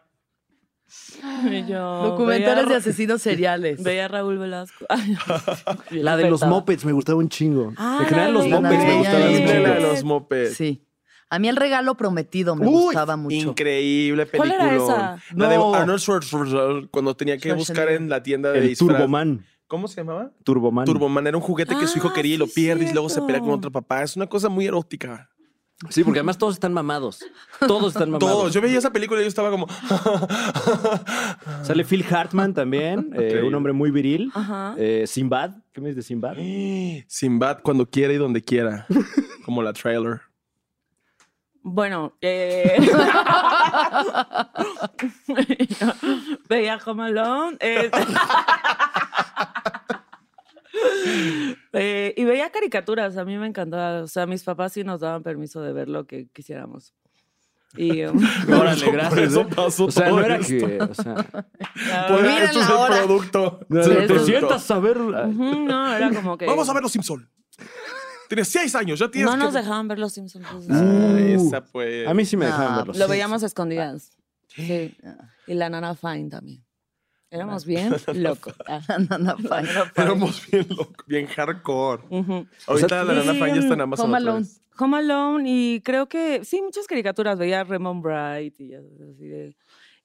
S2: y yo
S1: Documentales de
S2: veía-
S1: asesinos seriales.
S2: Veía a Raúl Velasco.
S4: La de los mopeds me gustaba un chingo.
S2: Ah,
S4: en general,
S2: la
S4: los
S1: de la
S4: mopeds me
S1: navideña.
S4: gustaban un
S3: Increíble
S1: Increíble.
S3: la de
S4: chingo.
S3: los mopeds.
S1: Sí. A mí el regalo prometido me
S3: Uy,
S1: gustaba mucho.
S3: Increíble
S2: ¿Cuál
S3: película.
S2: era esa?
S3: La de
S4: No.
S3: Arnold Schwarzenegger cuando tenía que buscar
S1: Schwarzenegger.
S3: en la tienda de
S4: El
S3: disfraz.
S4: Turboman.
S3: ¿Cómo se llamaba?
S4: Turboman.
S3: Turboman era un juguete que su hijo
S2: Ah,
S3: quería y lo
S2: sí,
S3: pierde y luego se
S2: cierto.
S3: pelea con otro papá. Es una cosa muy erótica.
S4: Sí, porque además todos están mamados. Todos están mamados.
S3: Todos. Yo veía esa película y yo estaba como.
S4: Sale Phil Hartman también, eh,
S3: Increíble.
S4: un hombre muy viril.
S2: Ajá.
S4: Eh, Sinbad. ¿Qué me dices de Sinbad?
S3: Sinbad cuando quiera y donde quiera. Como la trailer.
S2: Bueno, eh... veía Home Alone. eh, eh, y veía caricaturas, a mí me encantaba. O sea, mis papás sí nos daban permiso de ver lo que quisiéramos. Y um,
S3: Pues,
S4: Órale,
S3: Por
S4: gracias,
S3: eso
S4: ¿eh?
S3: pasó
S4: O sea,
S3: todo
S4: no era
S3: esto.
S4: que. O sea,
S2: la
S3: Por-
S2: verdad-
S3: esto es el
S1: ahora.
S3: producto.
S4: no,
S3: Es el
S4: te
S3: producto.
S4: sientas a ver.
S2: Ujú, no, era como que.
S3: Vamos a ver los Simpson. Tienes seis años, ya tienes.
S2: No nos
S3: que-
S2: dejaban ver los Simpsons.
S4: Ah,
S3: Ah,
S4: Uh.
S3: esa pues.
S4: A mí sí Ah, me dejaban
S1: Ah,
S4: verlos.
S2: Lo veíamos a escondidas. Sí. Y la nana Fine también. Éramos bien locos. Ah.
S1: No, no, pa-
S3: Éramos bien loco- bien hardcore.
S2: Ujú.
S3: Ahorita
S4: sea,
S3: la nana Fran ya está en Amazon.
S1: Home
S3: otra
S1: Alone.
S3: vez.
S2: Home Alone y creo que sí, muchas caricaturas. Veía Raymond Bright y ya, así de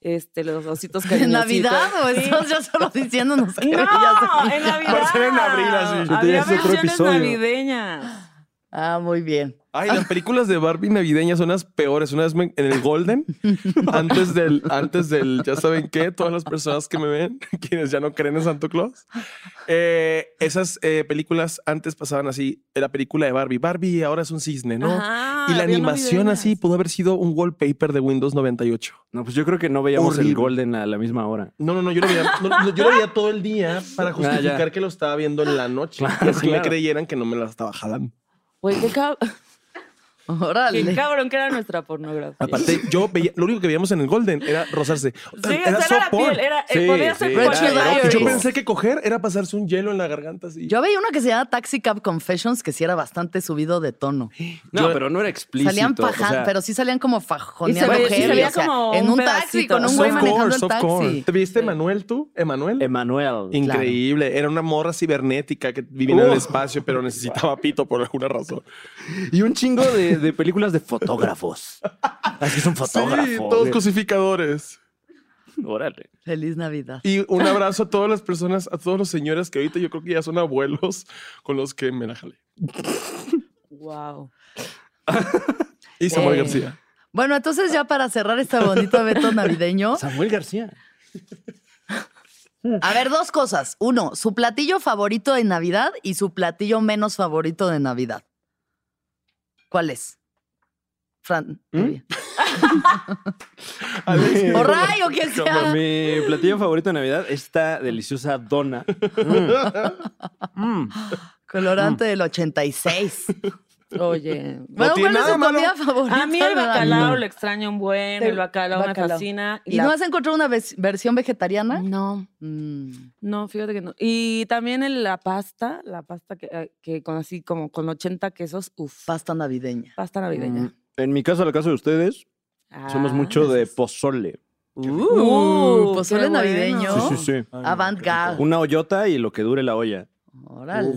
S2: este, los ositos
S1: ¿De
S2: cariñositos.
S1: Navidad o
S2: Sí.
S1: estás ya solo diciéndonos que
S2: No,
S1: ya se-
S2: en Navidad.
S3: Marcela en abril, así.
S4: Yo tenía
S2: Había
S4: ese otro
S2: versiones
S4: episodio.
S2: navideñas.
S1: Ah, muy bien.
S3: Ay, las películas de Barbie navideñas son las peores. Una vez me- en el Golden, antes del, antes del, ya saben qué, todas las personas que me ven, quienes ya no creen en Santo Claus, eh, esas eh, películas antes pasaban así. en La película de Barbie, Barbie ahora es un cisne, ¿no?
S2: Ajá,
S3: y la
S2: había
S3: animación
S2: navideñas.
S3: así pudo haber sido un wallpaper de Windows 98.
S4: No, pues yo creo que no veíamos
S3: Horrible.
S4: el Golden a la misma hora.
S3: No, no, no, yo lo veía, no, no, yo lo veía todo el día para
S4: Ah, ya.
S3: justificar que lo estaba viendo en la noche.
S4: Claro,
S3: y así me
S4: claro.
S3: creyeran que no me la estaba jalando.
S2: Güey, qué, cab- qué
S1: Órale.
S2: cabrón que era nuestra pornografía.
S3: Aparte, yo veía, lo único que veíamos en el Golden era rozarse.
S2: Sí, o sea, era la
S3: soft porn.
S2: piel, era, eh,
S4: Sí,
S2: podía
S4: sí,
S2: ser
S4: era
S2: cualquier
S1: erótico.
S3: Yo
S2: diary.
S3: pensé que coger era pasarse un hielo en la garganta así.
S1: Yo veía una que se llama Taxi Cab Confessions que sí era bastante subido de tono.
S4: No,
S3: Yo-
S4: pero no era explícito.
S1: salían
S4: o
S1: paja,
S4: sea,
S1: pero sí salían como
S2: Y
S1: fajoneando
S2: se ve-
S1: heavy,
S2: se veía
S1: o sea,
S2: como
S1: en
S2: un
S1: un taxi
S2: pedacito,
S1: con un
S2: soft
S1: güey
S2: core,
S1: manejando el
S3: soft core.
S1: taxi. Em,
S3: ¿Te viste
S2: Sí.
S3: Emanuel tú? ¿Emanuel?
S4: Emanuel.
S3: Increíble. Era una morra cibernética que vivía en
S4: Uh.
S3: el espacio, pero necesitaba pito por alguna razón.
S4: Y un chingo de, de películas de fotógrafos. Así es un fotógrafo.
S3: Sí, todos cosificadores.
S4: Órale.
S1: Feliz Navidad.
S3: Y un abrazo a todas las personas, a todos los señores que ahorita yo creo que ya son abuelos con los que me la jalé.
S2: Wow.
S3: Y Samuel
S1: Eh.
S3: García.
S1: Bueno, entonces ya para cerrar este bonito evento navideño,
S4: Samuel García.
S1: a ver, dos cosas. Uno, su platillo favorito de Navidad y su platillo menos favorito de Navidad. ¿Cuál es? Fran. Evia.
S3: Alex,
S1: O Ray o quien sea.
S4: Mi platillo favorito de Navidad, esta deliciosa dona. Mm. Mm.
S1: Colorante del 86.
S2: Oye.
S1: Bueno,
S3: tiene
S1: ¿cuál es
S3: nada
S1: tu
S3: malo.
S1: comida favorita?
S2: A mí el
S1: de Navidad?
S2: bacalao lo extraño un buen,
S1: El
S2: el bacalao,
S1: bacalao.
S2: me fascina.
S1: ¿Y
S2: la-
S1: no has encontrado una ves- versión vegetariana?
S2: No,
S1: Mm.
S2: no, fíjate que no. Y también el- la pasta, la pasta que, eh, que con así como con 80 quesos, uff,
S1: Pasta navideña.
S2: pasta navideña.
S4: Mm.
S1: Mm.
S2: Ah.
S4: En mi casa, la casa de ustedes, somos mucho de
S2: pop.
S4: pozole.
S1: Uh,
S2: Uh,
S1: pozole
S2: qué bueno.
S1: navideño.
S2: Sí,
S4: Sí, sí, sí.
S1: Avant-garde.
S4: Una hoyota y lo que dure la olla.
S1: Órale.
S3: Uh,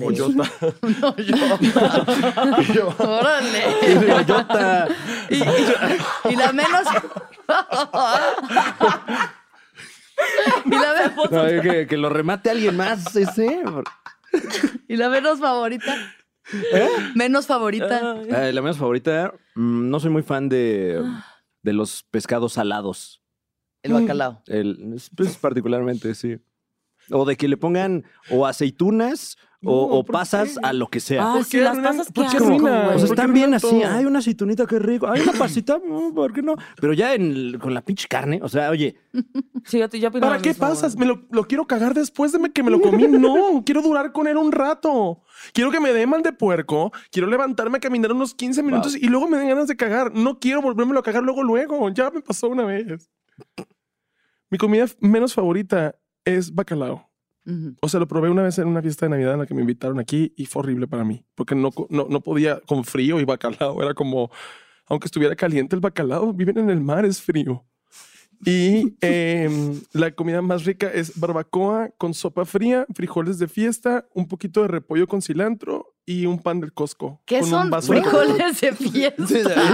S3: Joyota.
S1: No, yo. Órale.
S4: Una hoyota.
S1: Y, y- y la menos. y, la men-
S4: No, que, que lo remate alguien más ese.
S1: y la menos favorita. Menos favorita.
S4: Eh, la menos favorita, mm, no soy muy fan de, de los pescados salados.
S3: Mm.
S1: El bacalao.
S4: El, pues, particularmente, sí. O de que le pongan o aceitunas
S3: No,
S4: o, o
S3: ¿por
S4: pasas
S3: qué?
S4: a lo que sea.
S2: Ah,
S3: ¿Por
S2: sí,
S3: qué
S2: las
S3: arruinan-
S2: pasas que
S3: por qué
S4: asco,
S3: arruinan?
S2: güey.
S4: O sea,
S3: ¿Por qué
S4: están
S3: arruinan
S4: bien así,
S3: todo?
S4: hay una aceitunita, qué rico, hay una pasita, mm, ¿por qué no? Pero ya en el- con la pinche carne, o sea, oye,
S2: Sí, yo, te- yo opino
S3: ¿Para
S2: lo
S3: qué
S2: mismo,
S3: pasas?
S2: güey.
S3: Me lo, lo quiero cagar después de que me lo comí. No, quiero durar con él un rato. Quiero que me dé mal de puerco. Quiero levantarme a caminar unos 15 minutos y luego me den ganas de cagar. No quiero volvérmelo a cagar luego, luego. Ya me pasó una vez. Mi comida menos favorita es bacalao.
S1: Ujú.
S3: O sea, lo probé una vez en una fiesta de Navidad en la que me invitaron aquí y fue horrible para mí, porque no, co- no, no podía con frío y bacalao. Era como, aunque estuviera caliente el bacalao, viven en el mar, es frío. Y em, la comida más rica es barbacoa con sopa fría, frijoles de fiesta, un poquito de repollo con cilantro y un pan del Costco.
S1: ¿Qué
S3: con un
S1: son
S3: vaso de coca.
S1: frijoles de fiesta?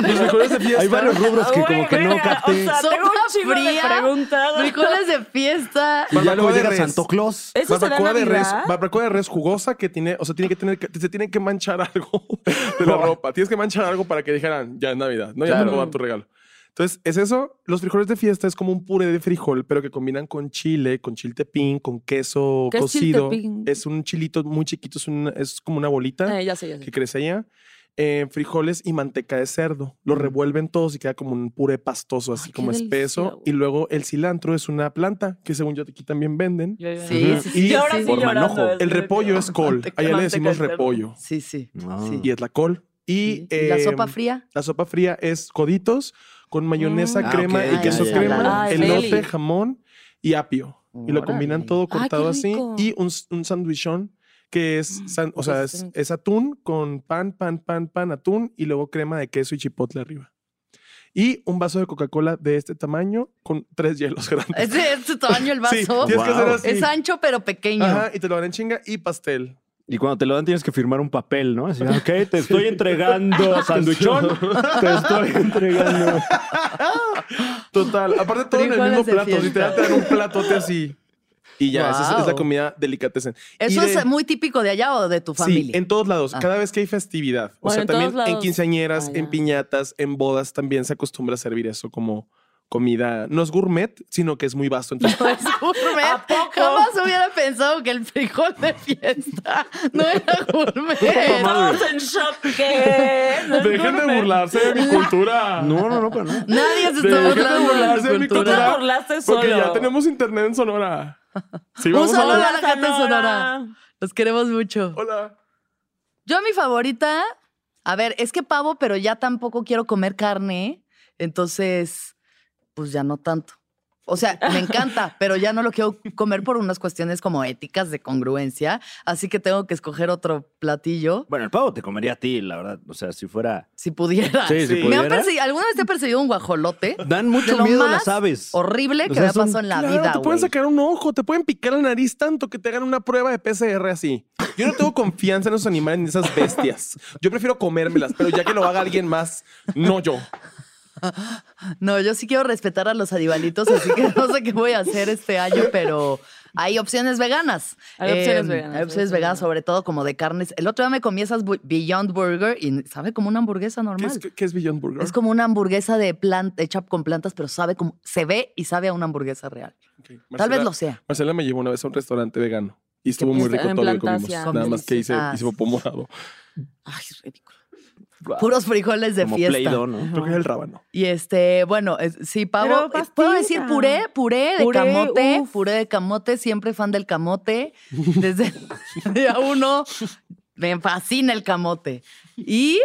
S3: Los frijoles de fiesta.
S4: hay varios rubros que como que no
S2: Güey, Ah,
S4: capté.
S2: O sea,
S1: Sopa
S2: tengo un chingo
S1: fría,
S2: de preguntas.
S1: Frijoles de fiesta.
S4: y ya
S3: Barbacoa
S4: luego
S3: de
S4: llega
S3: res.
S4: Santo Claus.
S2: ¿Eso será
S3: Barbacoa de res,
S2: Navidad?
S3: barbacoa de res jugosa que tiene, o sea, tiene que tener, que- se tiene que manchar algo de la ropa. Tienes que manchar algo para que dijeran, ya es Navidad, no, ya te
S4: Claro.
S3: puedo dar tu regalo. Entonces, es eso. Los frijoles de fiesta es como un puré de frijol, pero que combinan con chile, con chiltepín, con queso
S2: ¿Qué es
S3: cocido.
S2: chiltepín?
S3: Es un chilito muy chiquito, es, un- es como una bolita
S2: Eh, ya sé, ya sé.
S3: que crece allá. Eh, frijoles y manteca de cerdo. Lo revuelven todos y queda como un puré pastoso, así
S2: Mm. Ay, qué
S3: como espeso.
S2: delicia, güey.
S3: y luego el cilantro es una planta que según yo aquí también venden.
S2: Yo- yo-
S1: Sí,
S3: Ujú.
S1: sí,
S3: Y
S1: sí.
S2: Y ahora
S1: sí,
S2: sí
S4: por
S2: llorando,
S4: manojo.
S2: así
S3: El
S2: de que-
S3: repollo es col.
S2: Manteca-
S3: Allá le
S2: manteca
S3: decimos
S2: de cerdo.
S3: repollo.
S1: Sí, sí.
S4: No.
S1: Sí.
S3: Y es la col. Y,
S1: Sí. ¿Y la
S3: eh,
S1: sopa fría?
S3: La sopa fría es coditos con mayonesa,
S2: Mm.
S4: Ah,
S3: crema
S4: ok,
S3: y
S4: ya,
S3: queso
S4: ya, ya.
S3: crema,
S2: Ah, es
S3: elote,
S2: deli.
S3: jamón y apio. Y lo combinan
S1: Órale.
S3: todo
S2: qué
S3: cortado así.
S2: rico.
S3: Y un, s- un sandwichón que es, san- o sea,
S2: Eso
S3: es,
S2: está
S3: es atún con pan, pan, pan, pan, atún y luego crema de queso y chipotle arriba. Y un vaso de Coca-Cola de este tamaño con tres hielos grandes.
S1: ¿Es de este tamaño el
S3: Sí,
S1: vaso?
S3: tienes que hacer
S4: Wow.
S3: así.
S1: Es ancho, pero pequeño.
S3: Ajá, y te lo dan en chinga y pastel.
S4: Y cuando te lo dan tienes que firmar un papel, ¿no? Así, "Ah, ok, te estoy entregando sanduichón, te estoy entregando.
S3: Total. Aparte, todo en el
S1: Frijoles
S3: mismo
S1: de
S3: plato. Si te
S1: fiesta.
S3: dan, te dan un platote así. Y ya, esa, es, es la
S1: Guau.
S3: comida delicatessen. Y
S1: ¿Eso
S3: de-
S1: es muy típico de allá o de tu
S3: Sí,
S1: familia?
S3: en todos lados.
S1: Ah.
S3: Cada vez que hay festividad. O
S2: Bueno,
S3: sea,
S2: en
S3: también
S2: todos
S3: en
S2: lados.
S3: quinceañeras,
S2: Ah,
S3: en
S2: ya.
S3: piñatas, en bodas también se acostumbra a servir eso como comida. No es gourmet, sino que es muy vasto. Entonces,
S1: No es gourmet.
S2: ¿A poco?
S1: Jamás hubiera pensado que el frijol de fiesta no era gourmet.
S2: Todos en shock. ¿qué? No es gourmet.
S3: burlarse de mi cultura.
S4: No, no, no, pero no.
S1: Nadie se
S3: Dejen
S1: está
S3: de
S1: burlando
S3: burlarse
S1: de
S3: de
S1: tu
S3: mi
S2: Tú te
S1: cultura.
S3: cultura.
S2: burlaste solo.
S3: Porque ya tenemos internet en Sonora. Sí, vamos
S1: saludo
S3: a...
S1: a la gente de Sonora. Los queremos mucho.
S3: Hola.
S1: Yo mi favorita, a ver, es que pavo, pero ya tampoco quiero comer carne, entonces, pues ya no tanto. O sea, me encanta, pero ya no lo quiero comer por unas cuestiones como éticas de congruencia, así que tengo que escoger otro platillo
S4: Bueno, el pavo te comería a ti, la verdad. O sea, si fuera.
S1: si pudiera.
S4: Ah, Sí, si
S3: sí.
S1: Me han
S4: pudiera.
S1: perseguido- ¿Alguna vez te ha perseguido un guajolote?
S4: Dan
S1: De
S4: mucho
S1: lo
S4: miedo
S1: más
S4: las aves.
S1: Horrible
S4: O
S1: que
S4: sea,
S1: me ha
S4: son-
S1: pasado en la
S3: Claro,
S1: vida.
S3: te
S1: güey.
S3: pueden sacar un ojo, te pueden picar la nariz tanto que te hagan una prueba de PCR así. Yo no tengo confianza en esos animales ni esas bestias. Yo prefiero comérmelas, pero ya que lo haga alguien más, no yo.
S1: No, yo sí quiero respetar a los animalitos, así que no sé qué voy a hacer este año, pero hay opciones veganas. Em,
S2: Hay opciones veganas,
S1: Hay opciones veganas, sobre todo como de carnes. El otro día me comí esas bu- Beyond Burger y sabe como una hamburguesa
S3: ¿Qué
S1: normal.
S3: es,
S1: Es,
S3: qué es Beyond Burger?
S1: como una hamburguesa de planta, hecha con plantas, pero sabe como, se ve y sabe a una hamburguesa real.
S3: Ok,
S1: Tal
S3: Marcela-
S1: vez lo sea.
S3: Marcela me llevó una vez a un restaurante vegano y estuvo muy
S2: piensa?
S3: rico
S2: En
S3: todo lo que comimos.
S2: Plantasia.
S3: Nada más que hice,
S1: Ah,
S3: hice popó morado.
S2: Ay, es ridículo.
S1: Puros frijoles de
S4: Como
S1: fiesta.
S4: Play-Doh, ¿no?
S3: Creo que es el rábano.
S1: Y este, bueno, es- sí, pavo.
S2: Pero
S1: eh, Puedo decir
S2: pastita.
S1: puré, puré de
S2: Puré,
S1: camote,
S2: uf.
S1: puré de camote, siempre fan del camote. Desde el día uno me fascina el camote. Y,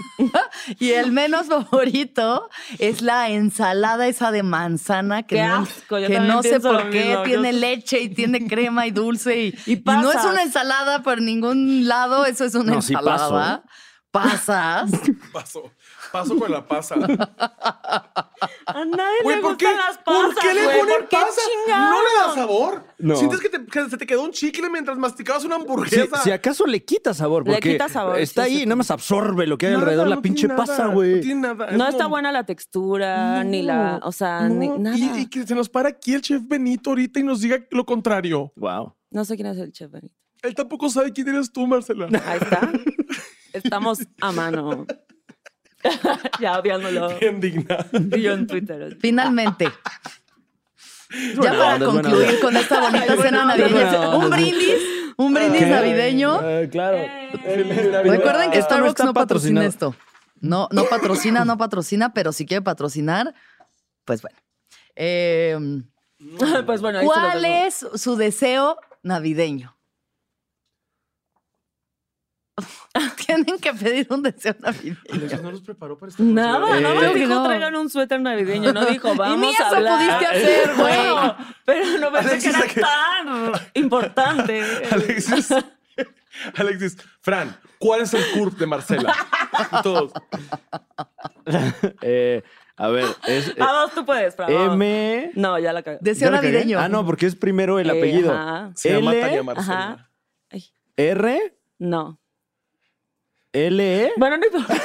S1: y el menos favorito es la ensalada esa de manzana que
S2: Qué
S1: no,
S2: asco, yo
S1: que
S2: también
S1: no sé
S2: pienso
S1: por
S2: lo
S1: qué
S2: mismo,
S1: tiene
S2: yo-
S1: leche y tiene crema y dulce. Y,
S2: Y
S1: y no es
S2: pasas.
S1: una ensalada por ningún lado, eso es una
S4: No, sí paso, ¿eh?
S1: ensalada. Pasas.
S3: Paso, paso con la pasa.
S2: A nadie
S3: Ah, Güey,
S2: le
S3: ¿por qué,
S2: gustan las pasas,
S3: ¿por qué le
S2: güey?
S3: ponen
S2: ¿Por qué
S3: pasa?
S2: chingados?
S3: ¿No le da sabor?
S4: No.
S3: ¿Sientes que, te- que se te quedó un chicle mientras masticabas una
S4: Si,
S3: hamburguesa?
S4: si acaso le quita sabor,
S2: Le
S4: porque
S2: quita sabor,
S4: está
S2: sí,
S4: ahí,
S2: sí.
S4: nada más absorbe lo que hay
S3: Nada,
S4: alrededor, la
S3: no
S4: pinche
S3: tiene
S4: pasa,
S3: nada, No
S4: güey.
S3: tiene nada. es
S2: No está
S3: como-
S2: buena la textura, ni la. O sea, ni
S3: No,
S2: nada.
S3: Y, y que se nos para aquí el chef Benito ahorita y nos diga lo contrario.
S4: Wow.
S2: No sé quién es el chef Benito.
S3: Él tampoco sabe quién eres tú, Marcela.
S2: Ahí está. Estamos a mano. ya odiándolo.
S3: Bien digna.
S2: Y yo en Twitter.
S1: Finalmente. Ya
S4: buena
S1: para
S4: onda, es buena
S1: concluir
S4: onda.
S1: con esta bonita cena
S2: buena
S1: navideña,
S2: onda.
S1: un brindis, un brindis
S3: Ok.
S1: navideño.
S3: Ah, claro.
S2: Eh,
S3: Feliz Navidad.
S1: Recuerden que
S4: Esto no
S1: Starbucks
S4: está
S1: no patrocina
S4: patrocinado.
S1: esto. No, no patrocina, no patrocina, pero si quiere patrocinar, pues bueno. Eh,
S2: pues bueno, ahí se lo
S1: ¿Cuál
S2: dejo.
S1: es su deseo navideño? Tienen que pedir un deseo navideño.
S3: no los preparó para esta
S2: Nada, no
S1: Eh,
S2: me dijo
S1: no.
S2: traigan un suéter navideño, no dijo vamos
S1: y ni eso
S2: a hablar. Ah, eh,
S1: pudiste hacer, güey.
S2: Bueno, pero no pensé
S3: Alexis,
S2: que era
S3: ¿a qué?
S2: tan importante.
S3: Alexis. Alexis, Fran, ¿cuál es el curve de Marcela? Todos.
S4: Eh, a ver, es eh,
S2: Vamos, tú puedes, Fran, vamos.
S4: M.
S2: No, ya la cagué.
S1: Deseo
S4: ¿Ya la cagué?
S1: navideño.
S4: Ah, no, porque es primero el
S2: Eh,
S4: apellido.
S2: ajá.
S3: Se llama
S4: L,
S3: Tania Marcela.
S2: ajá. Ay,
S4: R,
S2: no.
S4: L, E.
S2: Bueno, no importa.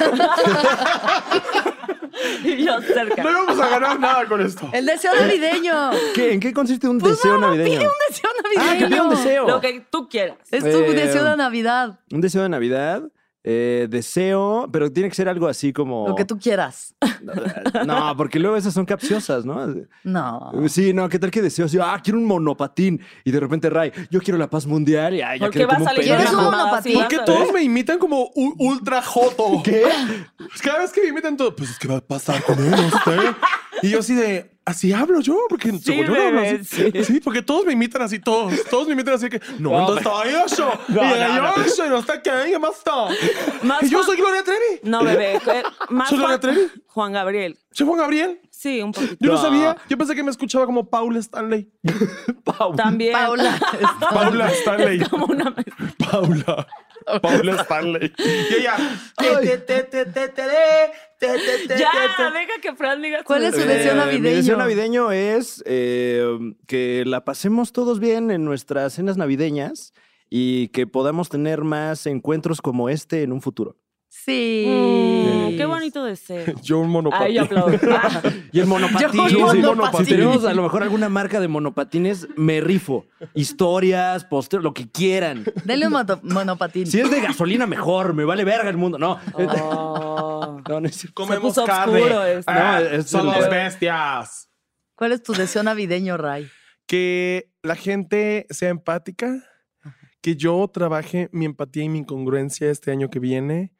S2: y yo cerca.
S3: No vamos a ganar nada con esto.
S1: El deseo navideño.
S4: ¿Qué- ¿En qué consiste un
S1: Pues
S4: deseo
S1: no, no,
S4: navideño?
S1: Pide un deseo
S4: Ah,
S1: navideño.
S4: que pida un deseo.
S2: Lo que tú quieras.
S1: Es tu
S4: Eh,
S1: deseo de Navidad,
S4: Un deseo de Navidad. eh, deseo, pero tiene que ser algo así como.
S1: lo que tú quieras.
S4: No, porque luego esas son capciosas, ¿no?
S1: No.
S4: Sí, no, ¿qué tal que deseo? Así, ah, quiero un monopatín. Y de repente, Ray, yo quiero la paz mundial. Y ay, ya
S2: Porque
S4: quedé
S2: va a
S4: como un
S2: salir
S1: ¿Quieres
S2: una
S1: un
S4: pendejo.
S2: mamada
S1: monopatín?
S2: así,
S1: ¿Por
S3: Que
S2: vas a ver.
S3: todos me imitan como u- ultra joto. ¿Qué? Cada vez que me imitan todo, pues es que va a pasar con él, usted. Y yo así de, así hablo yo, porque según yo no hablo
S2: bebé,
S3: así.
S2: sí.
S3: Sí, porque todos me imitan así, todos, todos me imitan así que, no, entonces está eso. Y
S4: No,
S3: era
S4: no,
S3: yo, eso, y no está que venga, basta.
S2: Más
S3: Y yo
S2: Juan-
S3: soy Gloria Trevi.
S2: No, bebé. eh, Más
S3: ¿Soy Gloria
S2: Juan,
S3: Trevi?
S2: Juan Gabriel.
S3: Soy Juan Gabriel.
S2: Sí, un poquito.
S3: Yo no.
S4: No.
S3: sabía. Yo pensé que me escuchaba como Paula Stanley.
S2: También.
S1: Paula.
S3: Paula Stanley.
S2: Como una mezcla.
S3: Paula. Paula Stanley. Y ella. te, te, te, te, te, te, te, te, te,
S2: Ya,
S3: te.
S2: deja que Fran diga
S1: ¿Cuál es su deseo
S4: Eh, Mi deseo
S1: navideño?
S4: navideño es eh, que la pasemos todos bien en nuestras cenas navideñas y que podamos tener más encuentros como este en un futuro.
S1: Sí.
S2: Mm, qué bonito deseo.
S3: Yo un
S2: Ahí yo
S3: monopatín.
S2: aplaudo. Ah,
S4: Y el monopatín.
S1: Yo un
S4: sí,
S1: monopatín.
S4: Si tenemos a lo mejor alguna marca de monopatines, me rifo. Historias, póster, lo que quieran.
S1: Denle un moto- monopatín.
S4: Si es de gasolina, mejor. Me vale verga el mundo. No.
S2: oh.
S4: No, no es cierto.
S3: Comemos
S2: puso
S3: carne.
S2: oscuro este. esto.
S3: Ah,
S4: No, es-
S3: somos
S4: es-
S3: bestias.
S1: ¿Cuál es tu deseo navideño, Ray?
S3: Que la gente sea empática, que yo trabaje mi empatía y mi incongruencia este año que viene,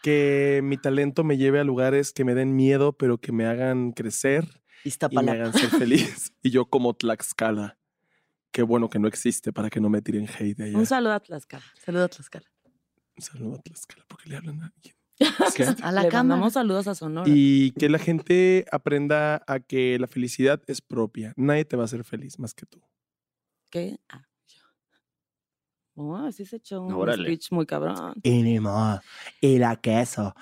S3: que mi talento me lleve a lugares que me den miedo, pero que me hagan crecer. y me
S1: Iztapalapa.
S3: hagan ser feliz. y yo como Tlaxcala. Qué bueno que no existe para que no me tiren hate de allá.
S2: Un saludo a Tlaxcala.
S1: Saludos a Tlaxcala.
S3: Un saludo a Tlaxcala, porque le hablan a alguien.
S1: A la
S2: Le
S1: cámara.
S2: mandamos saludos a Sonora.
S3: Y que la gente aprenda a que la felicidad es propia. Nadie te va a hacer feliz más que tú.
S2: ¿Qué? Ah, yo. Oh, sí se echó un
S4: Órale.
S2: speech muy cabrón.
S3: y la queso.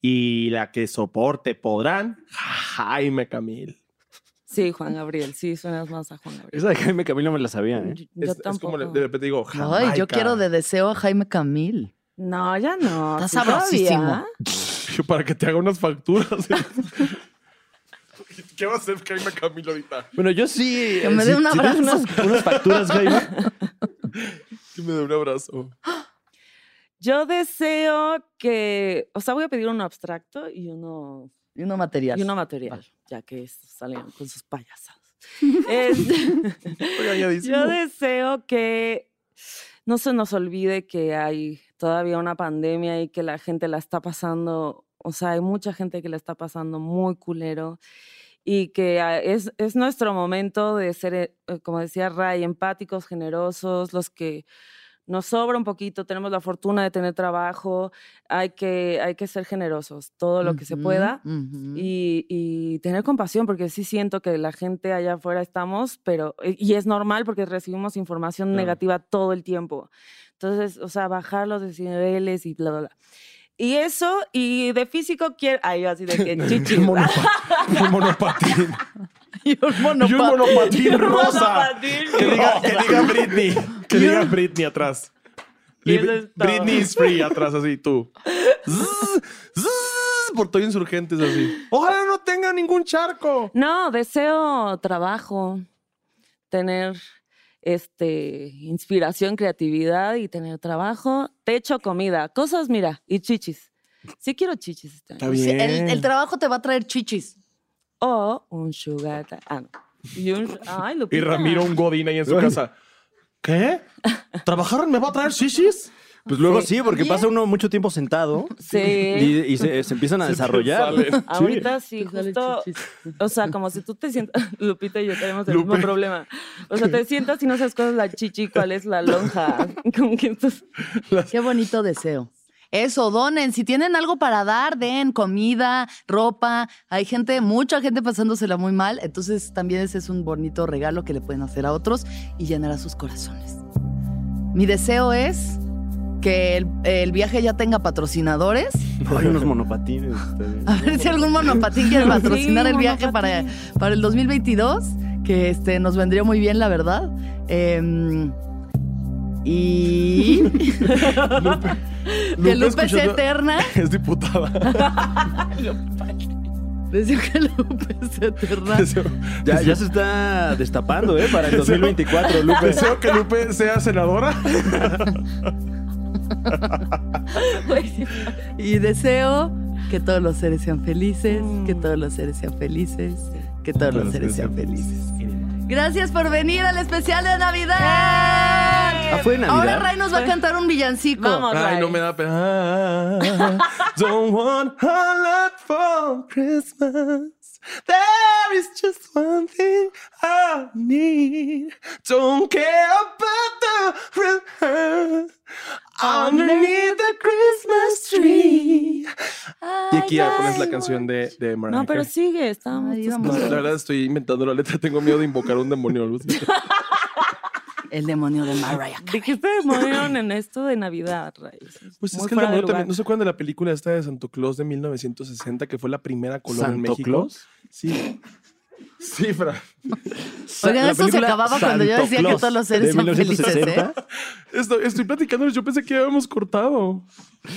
S3: y la que soporte podrán. Jaime Camil.
S2: Sí, Juan Gabriel. Sí, suenas más a Juan Gabriel.
S4: Esa de Jaime Camilo me la sabía, ¿eh?
S2: Yo-
S3: Es,
S2: Yo
S3: es como
S2: tampoco.
S3: le- de repente digo,
S1: Ay, yo
S3: Jamaica.
S1: quiero de deseo a Jaime Camil.
S2: No, ya no.
S1: Está
S2: sí, todavía.
S1: sabrosísimo.
S3: Para que te haga unas facturas. ¿Qué va a hacer Jaime Camil ahorita?
S4: Bueno, yo sí.
S1: Que me
S4: eh,
S1: dé
S4: si-
S1: un
S4: si tienes
S1: abrazo.
S4: unas, unas facturas, Jaime.
S3: Que me dé un abrazo.
S2: Yo deseo que. O sea, voy a pedir uno abstracto y uno
S1: Y uno material.
S2: Y uno material, ya que estos salieron con sus payasadas. Este, yo deseo que no se nos olvide que hay todavía una pandemia y que la gente la está pasando, o sea, hay mucha gente que la está pasando muy culero y que ah, es, es nuestro momento de ser, eh, eh, como decía Ray, empáticos, generosos, los que nos sobra un poquito, tenemos la fortuna de tener trabajo, hay que, hay que ser generosos, todo lo que se
S1: Ujú,
S2: pueda
S1: ujú.
S2: y, y tener compasión, porque sí siento que la gente allá afuera estamos, pero, eh, y es normal porque recibimos información
S4: Claro.
S2: negativa todo el tiempo. Entonces, o sea, bajar los decibeles y bla, bla, bla. Y eso, y de físico quiero, ay, yo así de que chichis.
S3: Un, monopa- un monopatín.
S1: Y un
S3: Y un
S1: monopatín.
S3: monopatín rosa.
S2: Monopatín.
S3: Que diga, que diga Britney. Que diga Britney atrás.
S2: Y eso
S3: Bri-
S2: es todo.
S3: Britney is free atrás, así tú. Zzz, zzz, por todo insurgentes así. Ojalá no tenga ningún charco.
S2: No, deseo trabajo, tener este inspiración, creatividad y tener trabajo, techo, comida, cosas, mira, y chichis. Sí quiero chichis este año.
S1: Sí, El, el trabajo te va a traer chichis.
S2: o un sugar daddy. Ah, no. Y, un- ay,
S3: Y
S2: Lupita.
S3: Ramiro, un Godín ahí en su casa. ¿Qué? ¿Trabajaron? ¿Me va a traer shishis?
S4: Pues luego sí,
S2: Sí.
S4: porque
S2: Bien.
S4: pasa uno mucho tiempo sentado
S2: Sí.
S4: y, y se, se empiezan a
S3: Se te
S4: desarrollar.
S3: sale.
S4: Sí.
S2: Ahorita sí,
S1: Te sale
S2: justo.
S1: chichis.
S2: O sea, como si tú te sientas. Lupita y yo tenemos el
S3: Lupe.
S2: mismo problema. O sea, te sientas y no sabes cuál es la chichi, cuál es la lonja. Como que estás-
S1: Qué bonito deseo. Eso, donen. Si tienen algo para dar, den comida, ropa. Hay gente, mucha gente pasándosela muy mal. Entonces también ese es un bonito regalo que le pueden hacer a otros y llenará sus corazones. Mi deseo es que el, el viaje ya tenga patrocinadores.
S4: Hay unos monopatines. está bien.
S1: A ver si algún monopatín quiere patrocinar
S2: Sí,
S1: el viaje para, para el 2022, que este, nos vendría muy bien, la verdad. Em, y que Lupe sea
S3: escuchando-
S1: eterna.
S3: Es diputada.
S1: Deseo que Lupe sea eterna.
S3: Deseo,
S4: Ya, ya se está destapando, ¿eh? Para el 2024, Lupe.
S3: deseo que Lupe sea senadora.
S2: Güey,
S1: Y deseo que todos los seres sean felices,
S2: Mm.
S1: que todos los seres sean felices, que todos los seres sean felices. Gracias por venir al especial de Navidad. Ah,
S4: ¿fue Navidad?
S1: Ahora Ray nos va a cantar un villancico.
S2: Vamos.
S3: Ay,
S2: Ray.
S3: no me da pena. Ah, Don't want a lot for Christmas. There is just one thing I need. Don't care about the real underneath the Christmas tree. Y aquí ya pones la canción de, de Mariah
S2: No, pero
S3: Carey.
S2: sigue, estábamos.
S1: Ay,
S2: tus
S1: vamos.
S3: No,
S2: cosas.
S3: la verdad estoy inventando la letra. Tengo miedo de invocar un demonio. Luz.
S1: El demonio de Mariah.
S2: Dijiste murieron en esto de Navidad, Raíz.
S3: Pues es
S2: Muy
S3: que el
S2: fuera de
S3: demonio
S2: lugar.
S3: también. ¿No se acuerdan de la película esta de Santo Claus de 1960 que fue la primera colonia en
S4: ¿Santo
S3: México?
S4: Claus?
S3: Sí. Sí, Fran.
S1: Oigan,
S4: La
S1: eso se
S4: película
S1: acababa cuando yo
S4: Santo
S1: decía que
S4: Claus,
S1: todos los seres
S4: de
S1: sean felices, ¿eh?
S4: 1960.
S3: Esto- estoy platicándoles, yo pensé que ya habíamos cortado.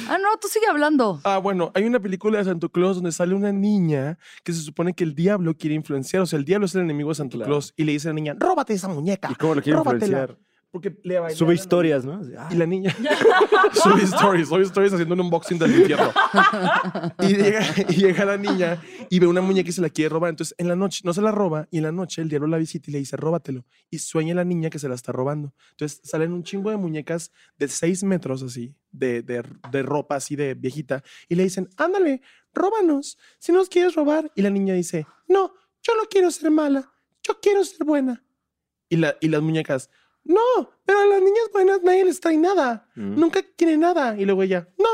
S1: Ah, no, tú sigue hablando.
S3: Ah, bueno, hay una película de Santo Claus donde sale una niña que se supone que el diablo quiere influenciar. O sea, el diablo es el enemigo de Santo
S4: Claro.
S3: Claus y le dice a la niña, róbate esa muñeca.
S4: ¿Y cómo lo quiere
S3: róbatela".
S4: influenciar?
S3: Porque le va
S4: Sube historias, ¿no? Así, ah,
S3: Y la niña. sube stories, sube stories haciendo un unboxing del infierno. y, llega, y llega la niña y ve una muñeca y se la quiere robar. Entonces, en la noche, no se la roba y en la noche el diablo la visita y le dice, róbatelo. Y sueña la niña que se la está robando. Entonces, salen un chingo de muñecas de 6 metros así, de, de, de ropa así de viejita. Y le dicen, ándale, róbanos. Si nos quieres robar. Y la niña dice, no, yo no quiero ser mala. Yo quiero ser buena. Y, la, y las muñecas, no, pero a las niñas buenas nadie les trae nada.
S4: Mm.
S3: Nunca quieren nada. Y luego ella, no,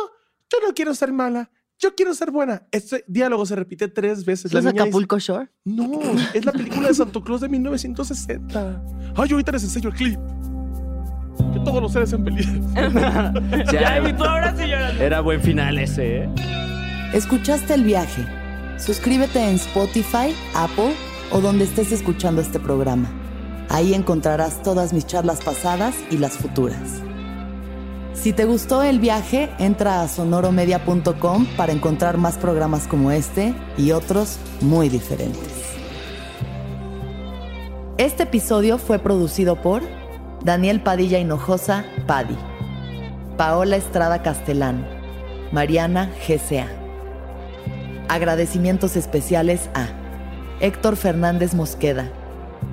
S3: yo no quiero ser mala. Yo quiero ser buena. Este diálogo se repite tres veces.
S1: ¿Eso
S3: Pues La
S1: es
S3: niña dice,
S1: Acapulco Shore?
S3: no, es la película de Santo Claus de 1960. Ay, ahorita les enseño el clip. Que todos los seres sean felices.
S2: Ya,
S4: ya,
S2: mi pobre señora.
S4: era buen final ese, ¿eh?
S1: ¿Escuchaste el viaje? Suscríbete en Spotify, Apple o donde estés escuchando este programa. Ahí encontrarás todas mis charlas pasadas y las futuras. Si te gustó el viaje, entra a sonoromedia.com para encontrar más programas como este y otros muy diferentes. Este episodio fue producido por Daniel Padilla Hinojosa, Padi, Paola Estrada Castellán, Mariana GCA. Agradecimientos especiales a Héctor Fernández Mosqueda,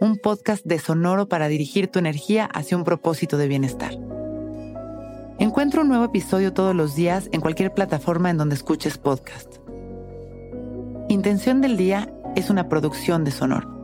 S5: un podcast de Sonoro para dirigir tu energía hacia un propósito de bienestar. Encuentra un nuevo episodio todos los días en cualquier plataforma en donde escuches podcast. Intención del Día es una producción de Sonoro.